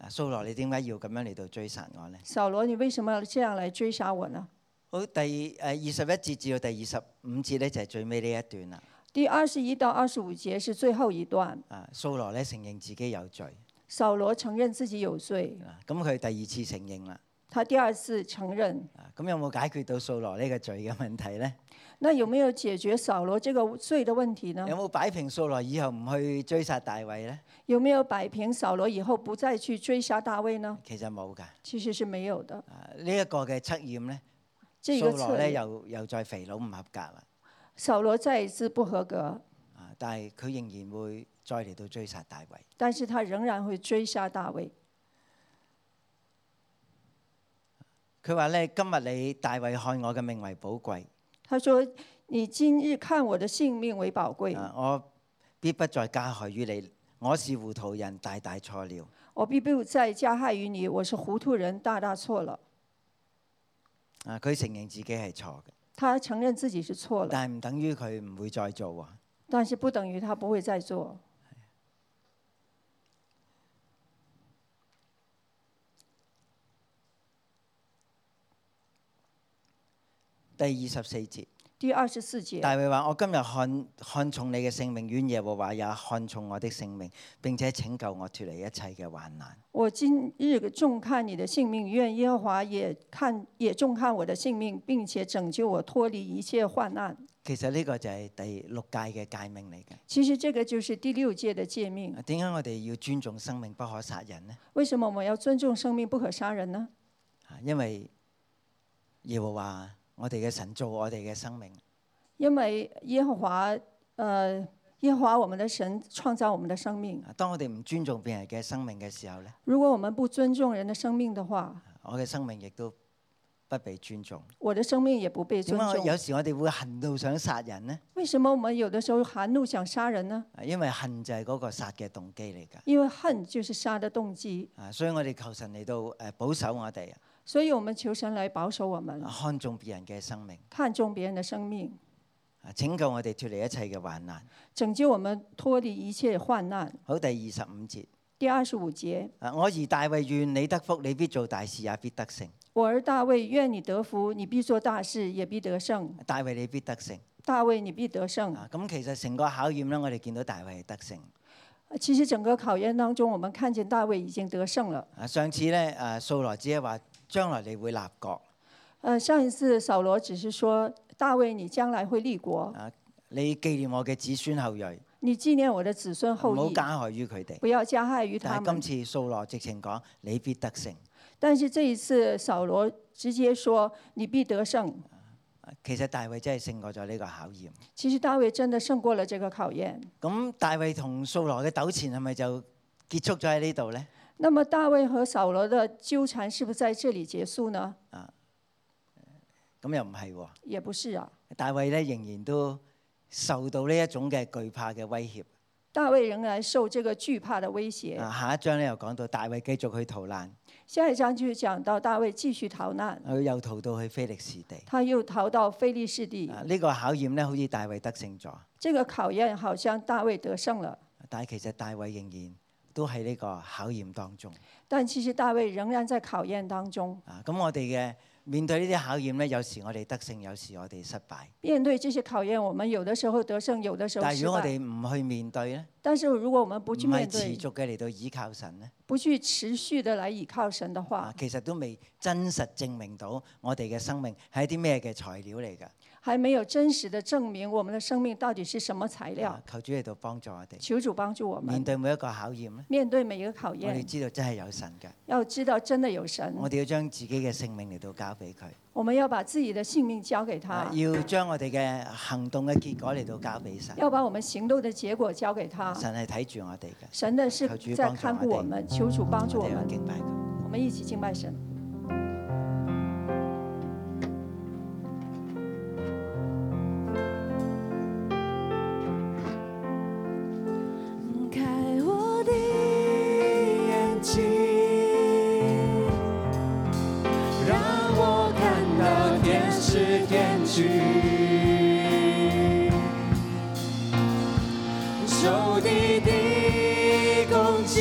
B: 蘇羅，你點解要咁樣嚟到追殺我咧？
C: 掃羅，你為什麼要這樣來追殺我呢？
B: 好，第誒二十一節至到第二十五節咧，就係最尾呢一段啦。
C: 第二十一到二十五节是最后一段，
B: 啊，掃羅咧承認自己有罪，
C: 扫罗承认自己有罪，
B: 啊咁佢第二次承認啦。
C: 他第二次承认。
B: 啊咁有冇解決到掃羅呢個罪嘅問題咧？
C: 那有没有解决扫罗这个罪的问题呢
B: 有？冇擺平掃羅以後唔去追殺大衛咧？
C: 有没有摆平扫罗以后不再去追杀大卫呢？
B: 其實冇㗎。
C: 其实是没有的。
B: 啊呢一個嘅測驗咧，
C: 这
B: 掃
C: 个策
B: 羅咧
C: 略，
B: 又又再肥佬唔合格啦。
C: 扫罗再一次不合格，
B: 啊，但係佢仍然會再嚟到追殺大衛。
C: 但是他仍然会追杀大卫。
B: 佢話咧：今日你大衛看我嘅命為寶貴，
C: 他说：“你今日看我的性命为宝贵，
B: 啊我必不再加害於你。我是糊塗人，大大錯了。
C: 我必不再加害于你。我是糊涂人，大大错了。
B: 啊，佢承認自己係錯嘅，”
C: 他承认自己是错了，
B: 但係唔等於佢唔會再做喎。
C: 但是不等于他不会再做。
B: 第二十四節，
C: 第二十四节，
B: 大衛話：我今日看看重你嘅性命，願耶和華也看重我的性命，並且拯救我脱離一切嘅患難。
C: 我今日重看你的性命，愿耶和华也看也重看我的性命，并且拯救我脱离一切患难。
B: 其實呢個就係第六屆嘅誡命嚟嘅。
C: 其实这个就是第六届的诫命。
B: 點解我哋要尊重生命不可殺人呢？
C: 为什么我们要尊重生命，不可杀人呢？
B: 啊因為耶和華我哋嘅神造我哋嘅生命，
C: 因为耶和华，呃，耶和华我们的神创造我们的生命。
B: 啊當我哋唔尊重別人嘅生命嘅時候呢，
C: 如果我们不尊重人的生命的话，
B: 我嘅生命亦都不被尊重。
C: 我的生命也不被
B: 點
C: 尊
B: 解我有
C: 重。
B: 時我哋會恨到想殺人呢？
C: 为什么我们有的时候含怒想杀人呢？
B: 啊因為恨就係嗰個殺嘅動機嚟㗎。
C: 因为恨就是杀的动机，
B: 啊，所以我哋求神嚟到誒保守我哋，
C: 所以我们求神来保守我们，
B: 啊看重別人嘅生命，
C: 看重別人的生命，
B: 啊拯救我哋脱離一切嘅患難。
C: 拯救我们脱离一切患难。
B: 好，第二十五節。
C: 第二十五节，
B: 啊我兒大衛願你得福，你必做大事，也必得勝。
C: 我儿大卫，愿你得福，你必做大事，也必得胜。
B: 啊大衛你必得勝。
C: 大卫，你必得胜。
B: 啊，咁其實成個考驗咧，我哋見到大衛係得勝。
C: 其实整个考验当中，我们看见大卫已經得胜了。
B: 啊，上次咧，啊，掃羅只係話將來你會立國，
C: 呃，上一次扫罗只是说，大卫，你将来会立国，
B: 你紀念我嘅子孫後裔，
C: 你纪念我的子孙
B: 唔
C: 后
B: 好
C: 裔，
B: 加害於佢哋。
C: 不要加害于他
B: 但係。
C: 们
B: 今次掃羅直情講，你必得勝。
C: 但是这一次，扫罗直接说：“你必得胜。
B: 啊其實大衛真係勝過咗呢個考驗。”
C: 其实大卫真的胜过了这个考验。
B: 咁大衛同掃羅嘅糾纏係咪就結束咗喺呢度呢？
C: 那么大卫和扫罗的纠缠是不是在这里结束呢？
B: 咁又唔係喎，
C: 也不是啊，
B: 大衛咧仍然都受到呢一種嘅懼怕嘅威脅。
C: 大卫仍然受这个惧怕的威胁。
B: 啊，下一章咧又講到大衛繼續去逃難，
C: 下一章就是讲到大卫继续逃难，
B: 佢又逃到去菲力士地。
C: 他又逃到非利士地。
B: 啊，呢個考驗咧，好似大衛得勝咗，
C: 这个考验好像大卫得胜了，
B: 但係其實大衛仍然都喺呢個考驗當中。
C: 但其实大卫仍然在考验当中。
B: 啊，咁我哋嘅面對呢啲考驗咧，有時我哋得勝，有時我哋失敗。
C: 面对这些考验，我们有的时候得胜，有的时候
B: 但係
C: 失
B: 如果我
C: 败。
B: 哋唔去面對咧，
C: 但是如果我们
B: 唔
C: 不去面
B: 係
C: 对
B: 持，續嘅嚟到倚靠神咧，
C: 不去持续的来倚靠神的
B: 啊
C: 话，，
B: 其實都未真實證明到我哋嘅生命係一啲咩嘅材料嚟㗎。
C: 还没有真实的证明我们的生命到底是什么材料
B: 啊。求主嚟到幫助我哋
C: 求主帮助我
B: 面
C: 们
B: 對每一個考驗咧，
C: 面对每一个考
B: 我哋
C: 验，
B: 知道真係有神嘅，
C: 要知道真的有神，
B: 我哋要將自己嘅性命嚟到交俾佢。
C: 我们要把自己的性命交给
B: 啊
C: 他，
B: 要將我哋嘅行動嘅結果嚟到交俾神，
C: 要把我们行动的结果交给他。
B: 神係睇住我哋嘅，
C: 啊神的是
B: 求主
C: 在
B: 帮助
C: 看顾
B: 我嗯
C: 我
B: 哋
C: 们，求主帮助
B: 我
C: 我
B: 哋要
C: 们，
B: 敬拜佢。
C: 我们一起敬拜神。
D: 睁开我的眼睛，让我看到天使天军，仇敌的攻击。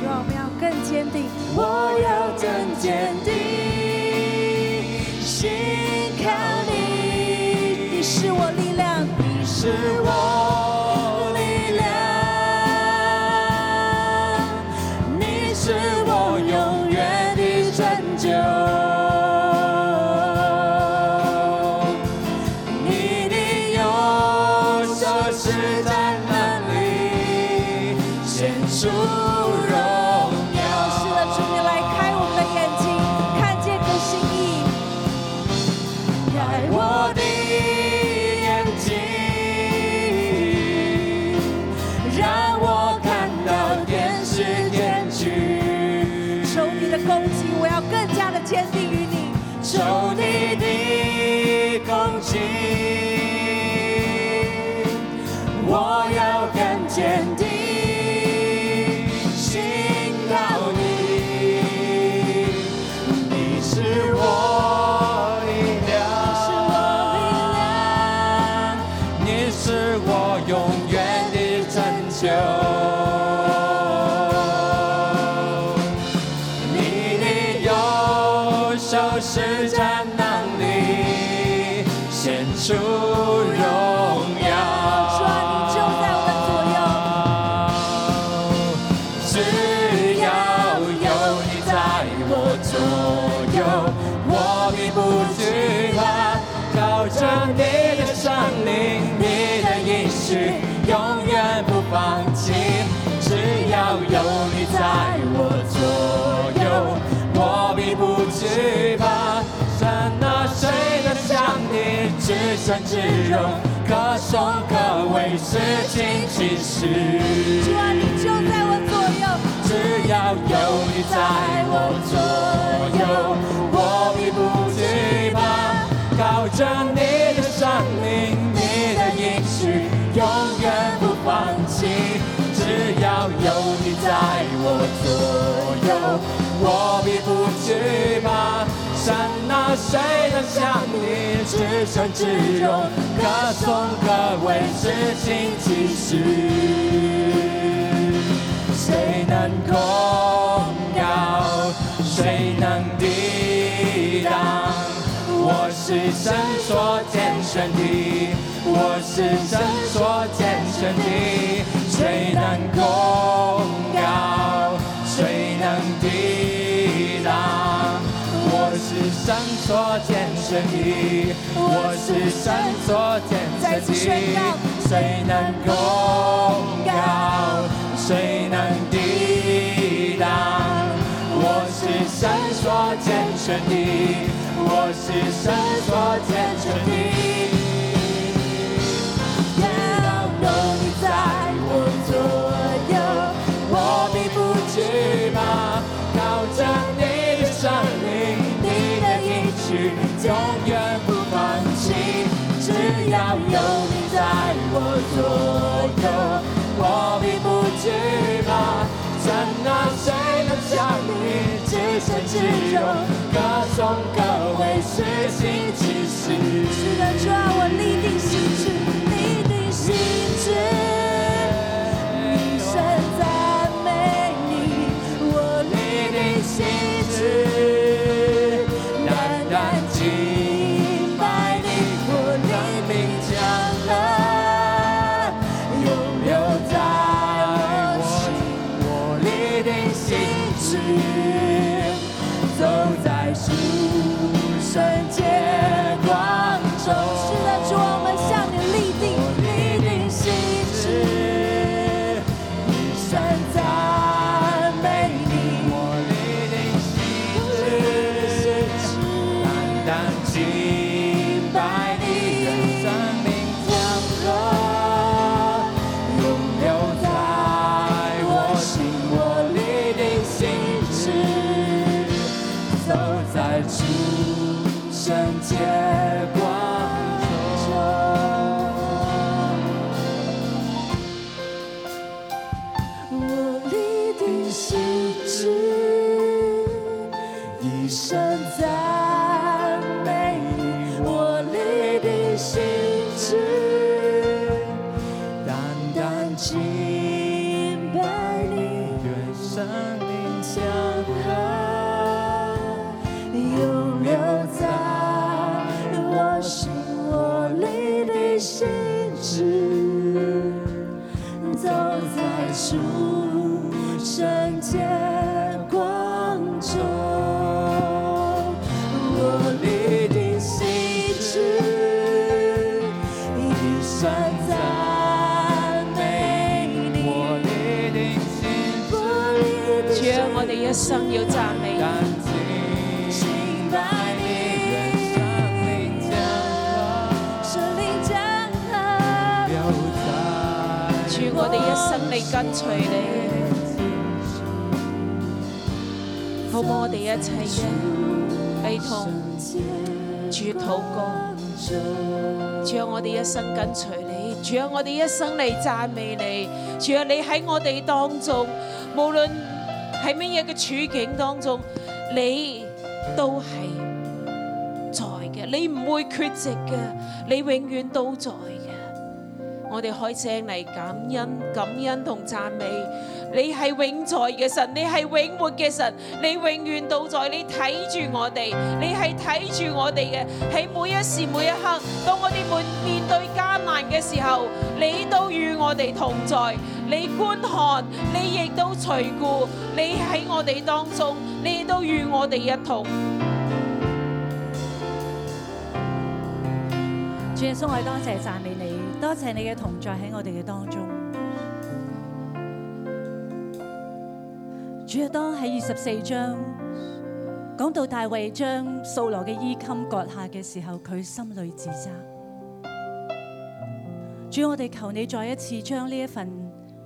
D: 主啊，我们要更坚定，我要更坚定，是我力量，你是我力量，你是我永远的拯救。你的右手施展能力，显出荣耀。是的，主你来开我们的眼睛，看见你的心意。开我的眼睛，让我看到天使天军。
E: 求你的攻击，我要更加的坚定于你。
D: 求你的攻击，我要更坚定，信靠你，你是我力量，你是我永远的拯救。你的右手施展能力，显出荣耀。
E: 主啊，你就在我们左右，
D: 只要有你在我左右，我必不惧怕。靠着你的圣灵，你的应许，永远不放弃。只要有你在我左右，我必不惧怕。神啊，谁能像你至圣至荣，可颂可畏，是情其实。
E: 主啊，你就在我左右，
D: 只要有你在我左右，我必不惧怕。靠着你的圣灵，你的应许，永远不放弃。只要有你在我左右，我必不惧怕。神啊，谁能像你至圣至荣，可颂可畏，至情其实？谁能控告？谁能抵挡？我是神所拣选的，我是神所拣选的，谁能控告？谁能抵挡？我是神所拣选的，我是神所拣
E: 再
D: 选
E: 次宣告
D: 的。谁能控告？谁能抵挡？我是神所拣选的，我是神所拣选的。直到有你在我左右，我必不惧怕。靠着你的圣灵，你的应许，永远不放弃。只要有你在我左右，我必不惧怕。神啊，谁能像你至圣至荣，歌颂各位是心其实。
E: 是的，主啊，我立定心志，立定心志，一生赞美你，我立定心志。
D: 单单敬拜你，我的名降临，永留在我我立定心志，走在属神界光中。
E: 是的，主啊，我们向你立定，立定心志。
D: 一生赞美你，我立定心志，单单敬拜你，让生命江河永留在我心，我立定心志，走在主圣洁光中。我立定心志，一生赞美你。我立定心志，单单敬拜你。愿生命江河永留在我心，我立定。
E: 心志，走在属圣洁光中。我立定心志，一生赞美你。
D: 我立定心志，
F: 主啊，我哋一生要赞美你。
D: 甘心
E: 敬拜
D: 愿
E: 你，
D: 生命降落，
E: 圣灵降临。
D: 留在
F: 主，我哋一生嚟跟隨你，好唔好？我哋一齊嘅悲痛主禱告，主啊，我哋一生跟隨你，主啊，我哋一生嚟讚美你，主啊，你喺我哋當中，無論喺乜嘢嘅處境當中，你都係在嘅，你唔會缺席嘅，你永遠都在嘅。我哋開聲嚟感恩、感恩同讚美。你係永在嘅神，你係永活嘅神，你永遠都在，你睇住我哋，你係睇住我哋嘅，喺每一時每一刻，當我哋面面對艱難嘅時候，你都與我哋同在，你觀看，你亦都隨顧，你喺我哋當中，你都與我哋一同。
G: 主耶穌，我哋多謝讚美你，多謝你嘅同在喺我哋嘅當中。主啊，當喺二十四章講到大衛將掃羅嘅衣襟割下嘅時候，佢心裏自責。主，啊我哋求你再一次將呢一份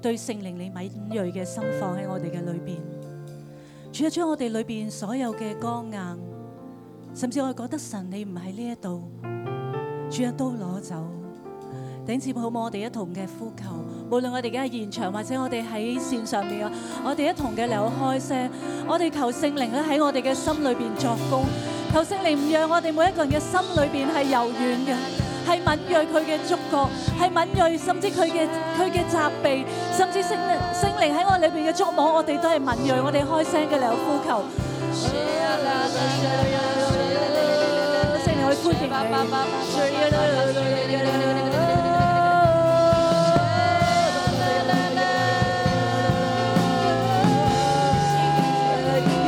G: 對聖靈你敏鋭嘅心放喺我哋嘅裏邊。主啊，將我哋裏邊所有嘅剛硬，甚至我哋覺得神你唔喺呢一度。主啊，都攞走。頂姊妹，好唔好？我哋一同嘅呼求，無論我哋而家喺現場或者我哋喺線上面啊，我哋一同嘅嚟開聲，我哋求聖靈咧喺我哋嘅心裏邊作工，求聖靈唔讓我哋每一個人嘅心裏邊係柔軟嘅，係敏鋭佢嘅觸覺，係敏鋭甚至佢嘅佢嘅責備，甚至聖靈聖靈喺我裏邊嘅觸摸，我哋都係敏鋭，我哋開聲嘅嚟呼求。聖靈，我哋歡迎你。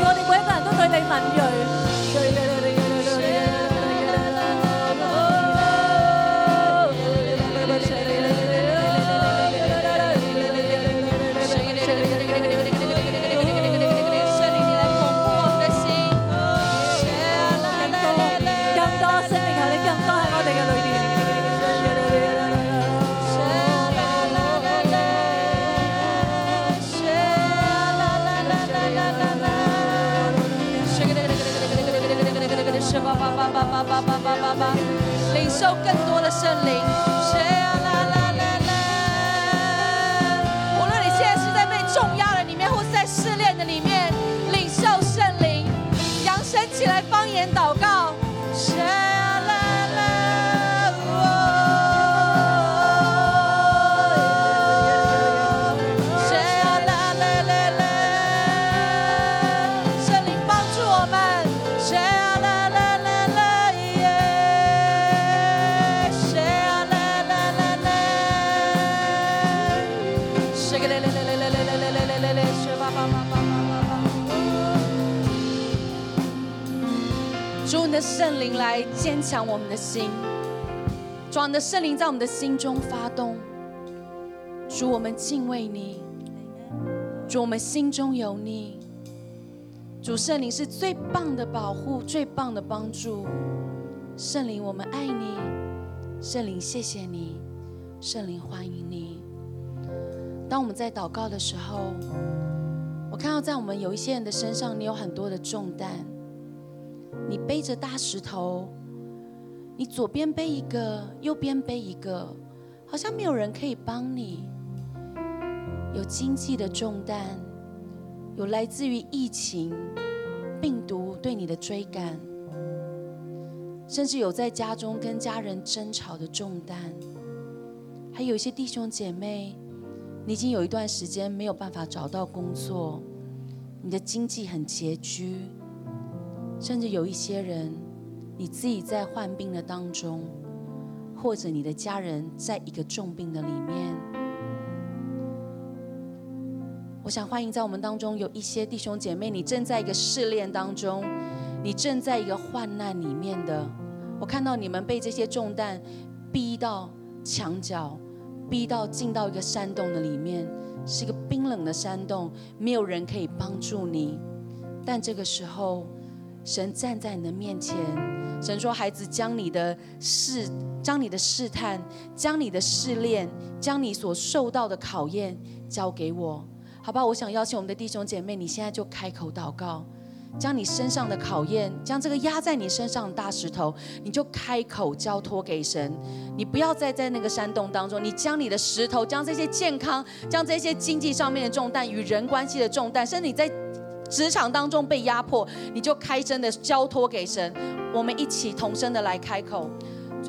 G: 我哋每一個人都對你敏鋭。更多聖靈求你更多喺我哋嘅裏邊。
E: 领受更多的圣灵。无论你现在是在被重压的里面，或是在试炼的里面，领受圣灵，扬声起来方言祷告。圣灵帮助我们。主，你的圣灵来坚强我们的心，主，你的圣灵在我们的心中发动。主，我们敬畏你，主，我们心中有你。主圣灵是最棒的保护，最棒的帮助。圣灵，我们爱你，圣灵，谢谢你，圣灵，欢迎你。当我们在祷告的时候，我看到在我们有一些人的身上，你有很多的重担，你背着大石头，你左边背一个，右边背一个，好像没有人可以帮你。有经济的重担，有来自于疫情、病毒对你的追赶，甚至有在家中跟家人争吵的重担，还有一些弟兄姐妹，你已经有一段时间没有办法找到工作，你的经济很拮据，甚至有一些人，你自己在患病的当中，或者你的家人在一个重病的里面。我想欢迎在我们当中有一些弟兄姐妹，你正在一个试炼当中，你正在一个患难里面的。我看到你们被这些重担逼到墙角，逼到进到一个山洞的里面，是一个冰冷的山洞，没有人可以帮助你。但这个时候，神站在你的面前，神说：“孩子，将你的试，将你的试探，将你的试炼，将你所受到的考验交给我，好吧？”我想邀请我们的弟兄姐妹，你现在就开口祷告。将你身上的考验，将这个压在你身上的大石头，你就开口交托给神。你不要再在那个山洞当中，你将你的石头，将这些健康，将这些经济上面的重担与人关系的重担，甚至你在职场当中被压迫，你就开声的交托给神。我们一起同声的来开口，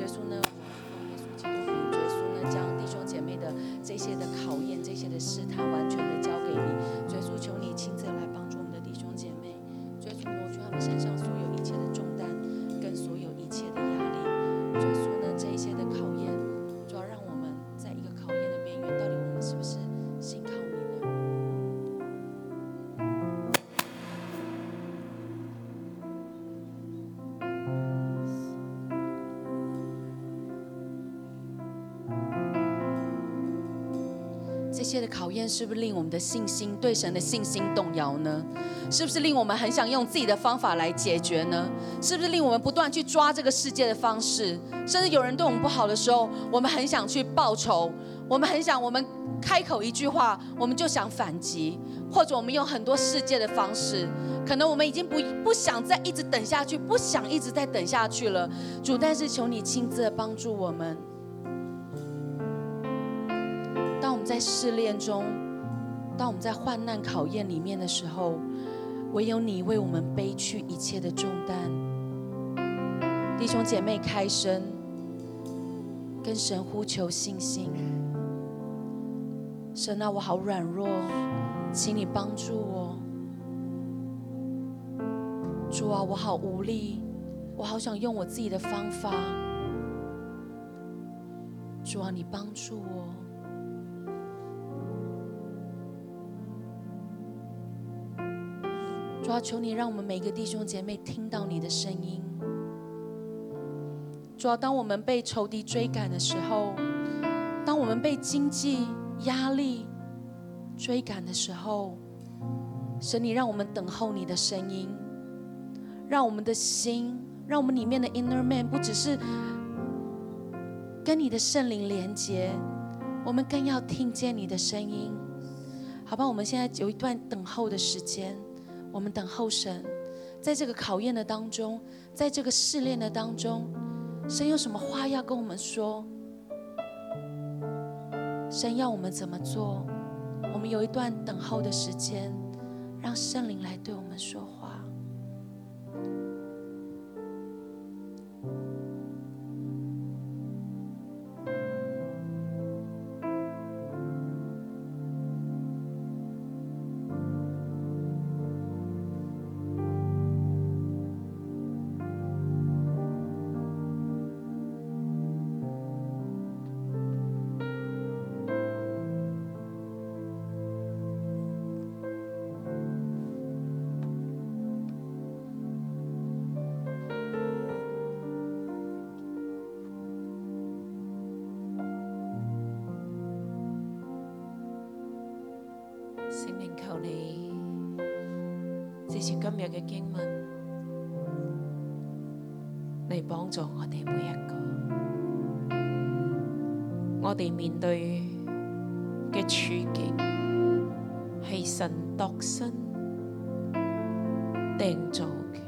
E: 耶稣呢，我奉耶稣基督的名，耶稣呢，将弟兄姐妹的这些的考验、这些的试探，完全的交给你。耶稣，求你亲自来帮助我们的弟兄姐妹。追逐抹去他们身上所有一切的重担，跟所有一切的压力。追溯呢这一些的考验，主要让我们在一个考验的边缘，到底我们是不是信靠你呢？这些的考验是不是令我们的信心对神的信心动摇呢？是不是令我们很想用自己的方法来解决呢？是不是令我们不断去抓这个世界的方式？甚至有人对我们不好的时候，我们很想去报仇，我们很想我们开口一句话，我们就想反击，或者我们用很多世界的方式，可能我们已经不不想再一直等下去，不想一直再等下去了。主，但是求你亲自地帮助我们。当我们在试炼中，当我们在患难考验里面的时候，唯有你为我们背去一切的重担。弟兄姐妹，开声跟神呼求信心。神啊，我好软弱，请你帮助我。主啊，我好无力，我好想用我自己的方法。主啊，你帮助我。主啊，求你让我们每个弟兄姐妹听到你的声音。主啊，当我们被仇敌追赶的时候，当我们被经济压力追赶的时候，神，你让我们等候你的声音，让我们的心，让我们里面的 inner man 不只是跟你的圣灵连接，我们更要听见你的声音。好吧，我们现在有一段等候的时间。我们等候神，在这个考验的当中，在这个试炼的当中，神有什么话要跟我们说？神要我们怎么做？我们有一段等候的时间，让圣灵来对我们说话。
F: 圣灵求你，藉住今日嘅經文嚟幫助我哋每一個。我哋面對嘅處境係神度身定做嘅，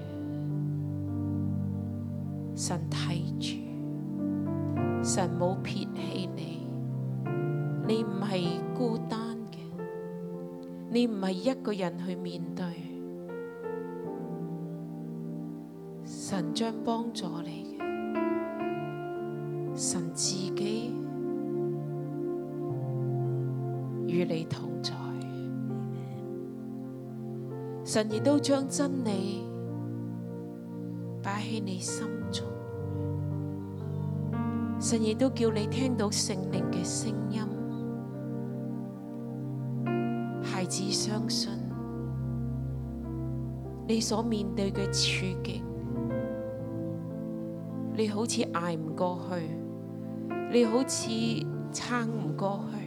F: 神睇住，神冇撇棄你，你唔係孤單嘅。你唔係一個人去面對，神將幫助你嘅，神自己與你同在，神亦都將真理擺喺你心中，神亦都叫你聽到聖靈嘅聲音。孩子相信你所面對嘅處境，你好似捱唔過去，你好似撐唔過去，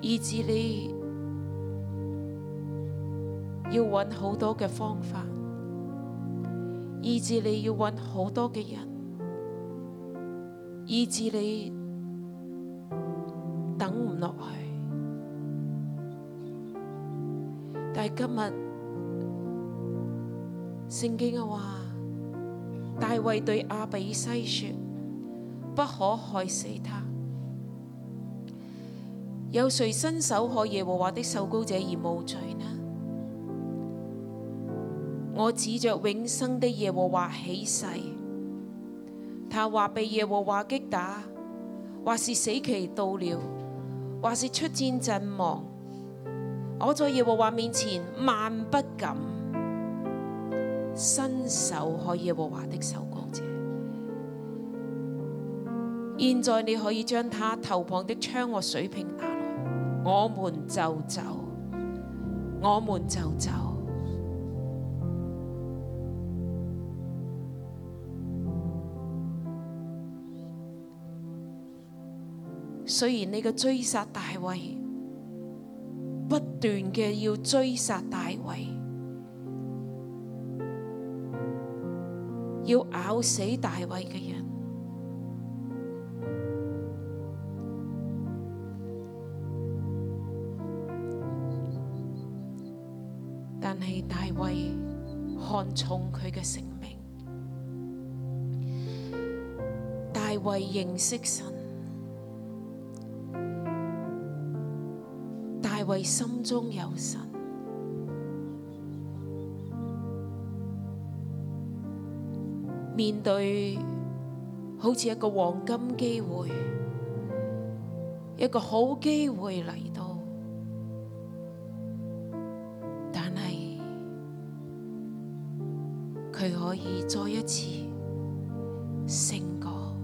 F: 以致你要揾好多嘅方法。以致你要揾好多嘅人，以致你等唔落去。但係今日聖經嘅話，大衛對亞比西說：不可害死他。有誰伸手害耶和華的受膏者而無罪呢？我指着永生的耶和華起誓，他話被耶和華擊打，或是死期到了，或是出戰陣亡，我在耶和華面前萬不敢伸手害耶和華的受膏者。現在你可以將他頭旁的槍和水瓶拿來，我們就走，我們就走。雖然你嘅追殺大衛，不斷嘅要追殺大衛，要咬死大衛嘅人，但係大衛看重佢嘅性命，大衛認識神。大衛心中有神，面對好似一個黃金機會，一個好機會嚟到，但係佢可以再一次勝過。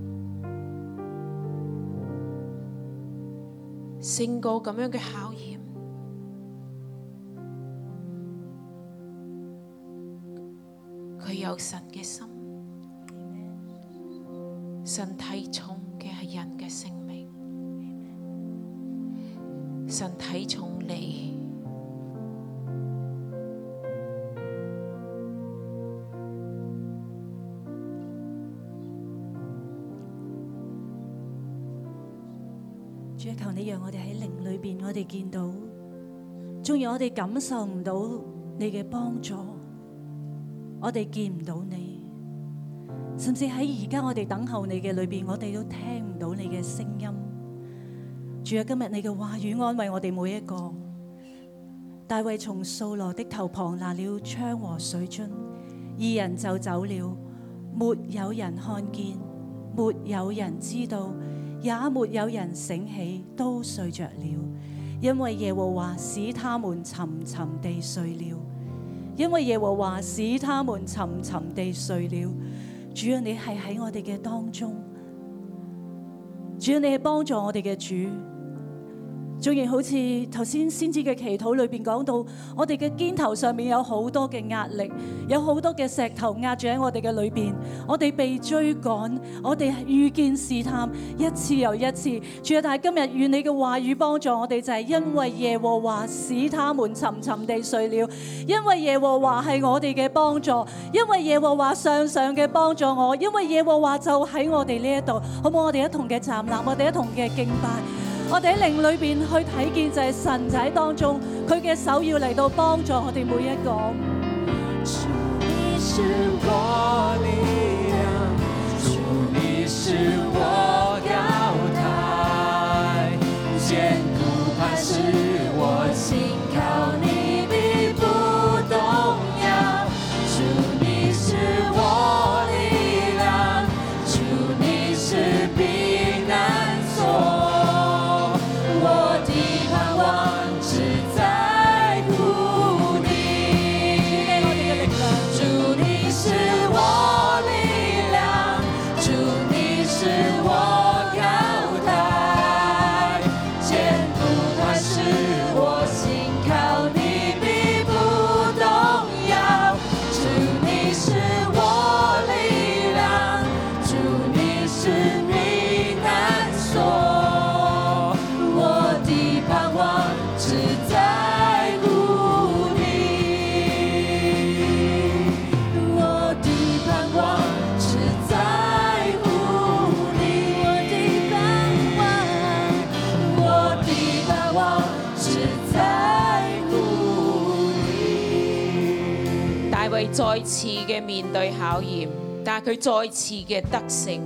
F: 勝過咁樣嘅考驗。佢有神嘅心，神睇重嘅係人嘅性命，神睇重你。
G: 主啊，求你讓我哋喺靈裏邊，我哋見到，縱然我哋感受唔到你嘅幫助，我哋見唔到你，甚至喺而家我哋等候你嘅裏邊，我哋都聽唔到你嘅聲音。主啊，今日你嘅話語安慰我哋每一個。大衛從掃羅的頭旁拿了槍和水樽，二人就走了，沒有人看見，沒有人知道。也沒有人醒起，都睡着了，因為耶和華使他們沉沉地睡了，因為耶和華使他們沉沉地睡了。主啊，你係喺我哋嘅當中，主啊，你係幫助我哋嘅主。縱然好似頭先先知嘅祈禱裏邊講到，我哋嘅肩頭上面有好多嘅壓力，有好多嘅石頭壓住喺我哋嘅裏邊，我哋被追趕，我哋遇見試探一次又一次。主啊，但係今日願你嘅話語幫助我哋，就係因為耶和華使他們沉沉地睡了，因為耶和華係我哋嘅幫助，因為耶和華上上嘅幫助我，因為耶和華就喺我哋呢一度，好唔好？我哋一同嘅站立，我哋一同嘅敬拜。我哋喺靈裏邊去睇見就係神仔當中，佢嘅手要嚟到幫助我哋每一個。
D: 主你是我力量，主你是我高台，坚固磐石，我心靠你必不动摇。主你是我力量，主你是避难所，我的盼望只在乎你。主，你是我
F: 次嘅面對考驗，但係佢再次嘅得勝。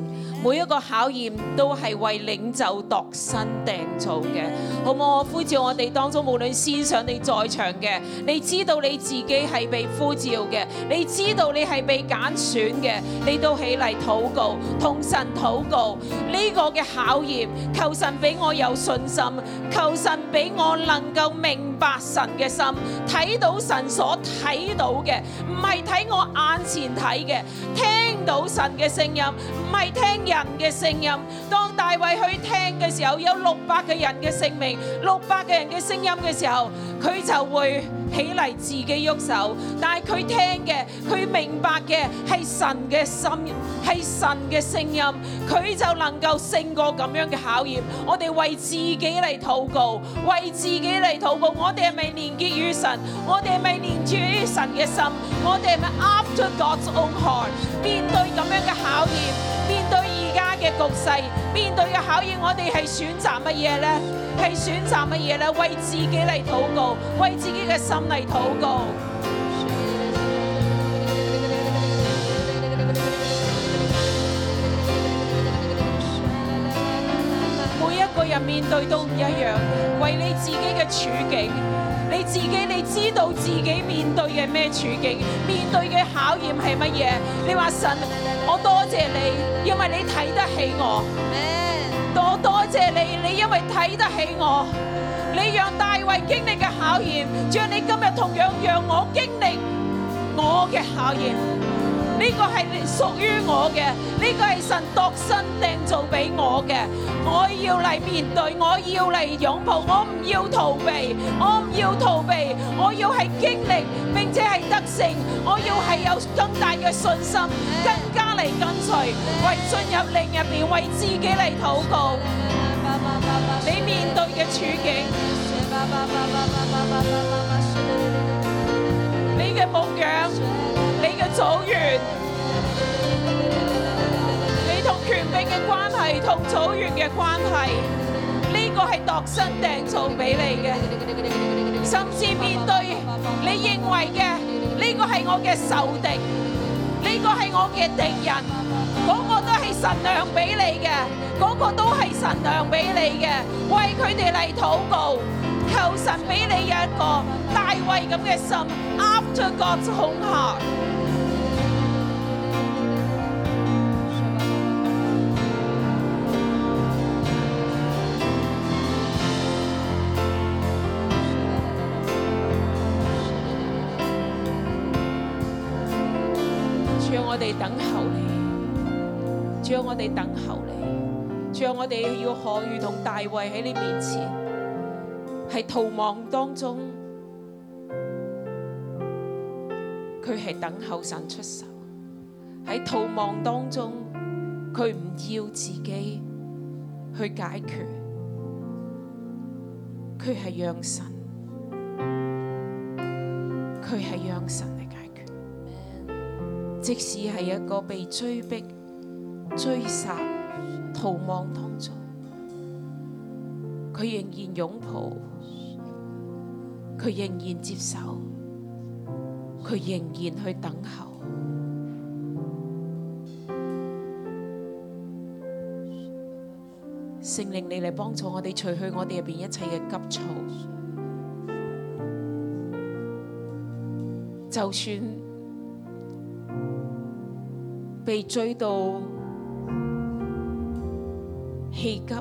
F: 每一個考驗都係為領袖度身訂造嘅，好唔好？我呼召我哋當中，無論線上定在場嘅，你知道你自己係被呼召嘅，你知道你係被揀選嘅，你都起嚟禱告，同神禱告。呢、個嘅考驗，求神俾我有信心，求神俾我能夠明白神嘅心，睇到神所睇到嘅，唔係睇我眼前睇嘅，聽到神嘅聲音，唔係聽人嘅聲音。當大衛去聽嘅時候，有六百個人嘅性命，六百個人嘅聲音嘅時候，佢就會起嚟自己喐手。但係佢聽嘅，佢明白嘅係神嘅心，係神嘅聲音，佢就能夠勝過咁樣嘅考驗。我哋為自己嚟禱告，為自己嚟禱告。我哋係咪連結於神？我哋係咪連住於神嘅心？我哋係咪 after God's own heart？面對咁樣嘅考驗，面對而家嘅局勢，面對嘅考驗，我哋係選擇乜嘢呢？係選擇乜嘢呢？為自己嚟禱告，為自己嘅心嚟禱告。每一個人面對都唔一樣，為你自己嘅處境，你自己你知道自己面對嘅咩處境，面對嘅考驗係乜嘢？你話神，我多謝你，因為你睇得起我。我多謝你，你因為睇得起我，你讓大衛經歷嘅考驗，將你今日同樣讓我經歷我嘅考驗。呢個係屬於我嘅，呢個係神度身訂造俾我嘅。我要嚟面對，我要嚟擁抱，我唔要逃避，我唔要逃避，我要係經歷並且係得勝，我要係有更大嘅信心，更加嚟跟隨，為進入靈入面，為自己嚟禱告。你面對嘅處境，你嘅牧養，你嘅組員。你同權柄嘅關係，同組員嘅關係，呢、個係度身訂造俾你嘅。甚至面對你認為嘅呢、個係我嘅仇敵，呢、個係我嘅敵人，嗰、個都係神量俾你嘅，嗰、個都係神量俾你嘅，為佢哋嚟禱告。求神俾你有一個大衛咁嘅心，after God's own heart。主啊，我哋等候你，主啊，我哋等候你，主啊，我哋要可遇同大衛喺你面前，喺逃亡當中，佢係等候神出手；喺逃亡當中，佢唔要自己去解決，佢係讓神，佢係讓神嚟解決。即使係一個被追逼、追殺、逃亡當中，佢仍然擁抱，佢仍然接受，佢仍然去等候。聖靈，你嚟幫助我哋除去我哋入邊一切嘅急躁，就算。被追到氣急，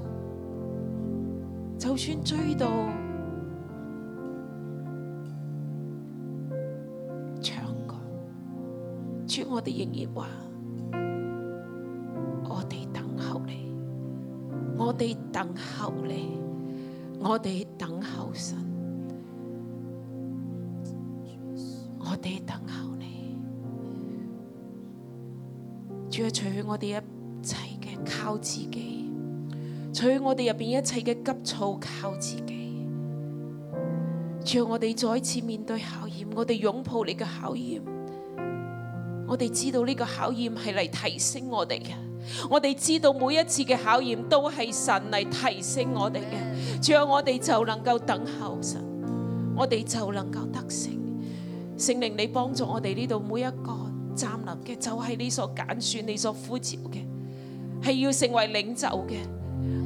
F: 就算追到長腳，主我哋仍然話：我哋等候你，我哋等候你，我哋等候神，我哋等候你。主啊，除去我哋一切嘅靠自己，除去我哋入邊一切嘅急躁靠自己。主啊，我哋再一次面對考驗，我哋擁抱你嘅考驗。我哋知道呢個考驗係嚟提升我哋嘅，我哋知道每一次嘅考驗都係神嚟提升我哋嘅。主啊，我哋就能夠等候神，我哋就能夠得勝。聖靈，你幫助我哋呢度每一個。站立嘅，就係你所揀選、你所呼召嘅，係要成為領袖嘅。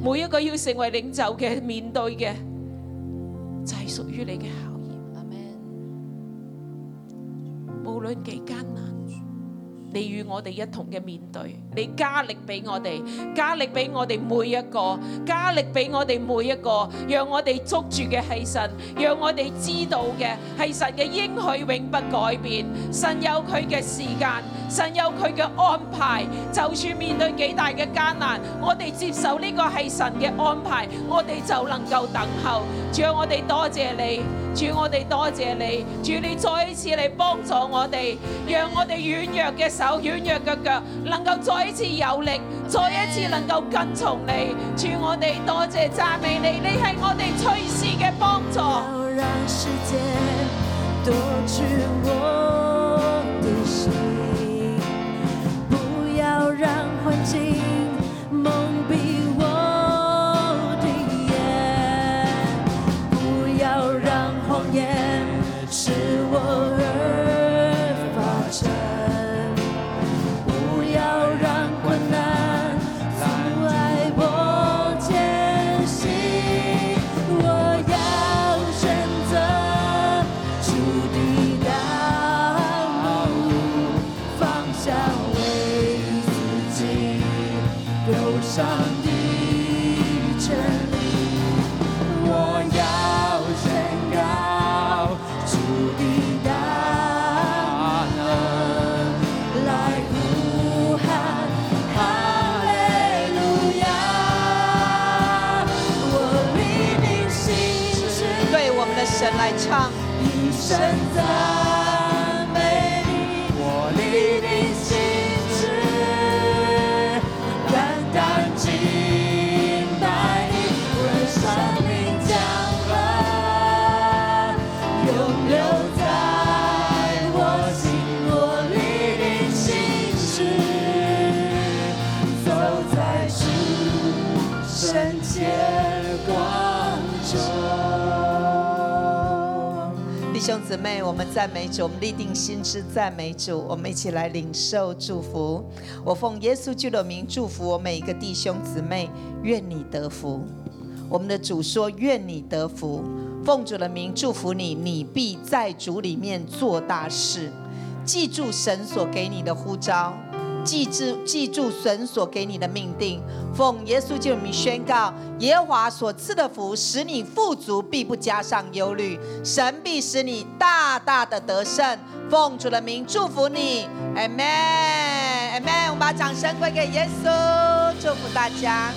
F: 每一個要成為領袖嘅，面對嘅就係屬於你嘅考驗。無論幾艱難，你與我哋一同嘅面對，你加力俾我哋，加力俾我哋每一個，加力俾我哋每一個，讓我哋捉住嘅係神，讓我哋知道嘅係神嘅應許永不改變，神有佢嘅時間，神有佢嘅安排，就算面對幾大嘅艱難，我哋接受呢個係神嘅安排，我哋就能夠等候。主啊，我哋多謝你。主，我哋多謝你，主你再一次嚟幫助我哋，讓我哋軟弱嘅手、軟弱嘅腳能夠再一次有力，再一次能夠跟從你。主，我哋多謝讚美你，你係我哋隨時嘅幫助。
D: 要让世界夺去我的心，不要让环境蒙蔽我的眼，不要让谎言使我而发沉，不要让困难阻碍我前行，我要选择主的道路，放下为自己忧伤的权利，我要宣告主的大能。来呼喊，哈利路亚！我必定心志，
H: 对我们的神来唱。
D: 一生赞美你。我必定心志，单单敬拜你。我的生命降了，永留在我心。我必定心志，走在主圣洁光中。
H: 弟兄姊妹，我们赞美主，我们立定心志赞美主，我们一起来领受祝福。我奉耶稣基督的名祝福我每一个弟兄姊妹，愿你得福。我们的主说：“愿你得福。”奉主的名祝福你，你必在主里面做大事。记住神所给你的呼召，记住记住神所给你的命定。奉耶稣基督的名宣告：耶和华所赐的福，使你富足，必不加上忧虑；神必使你大大的得胜。奉主的名祝福你，Amen，Amen。我们把掌声归给耶稣，祝福大家。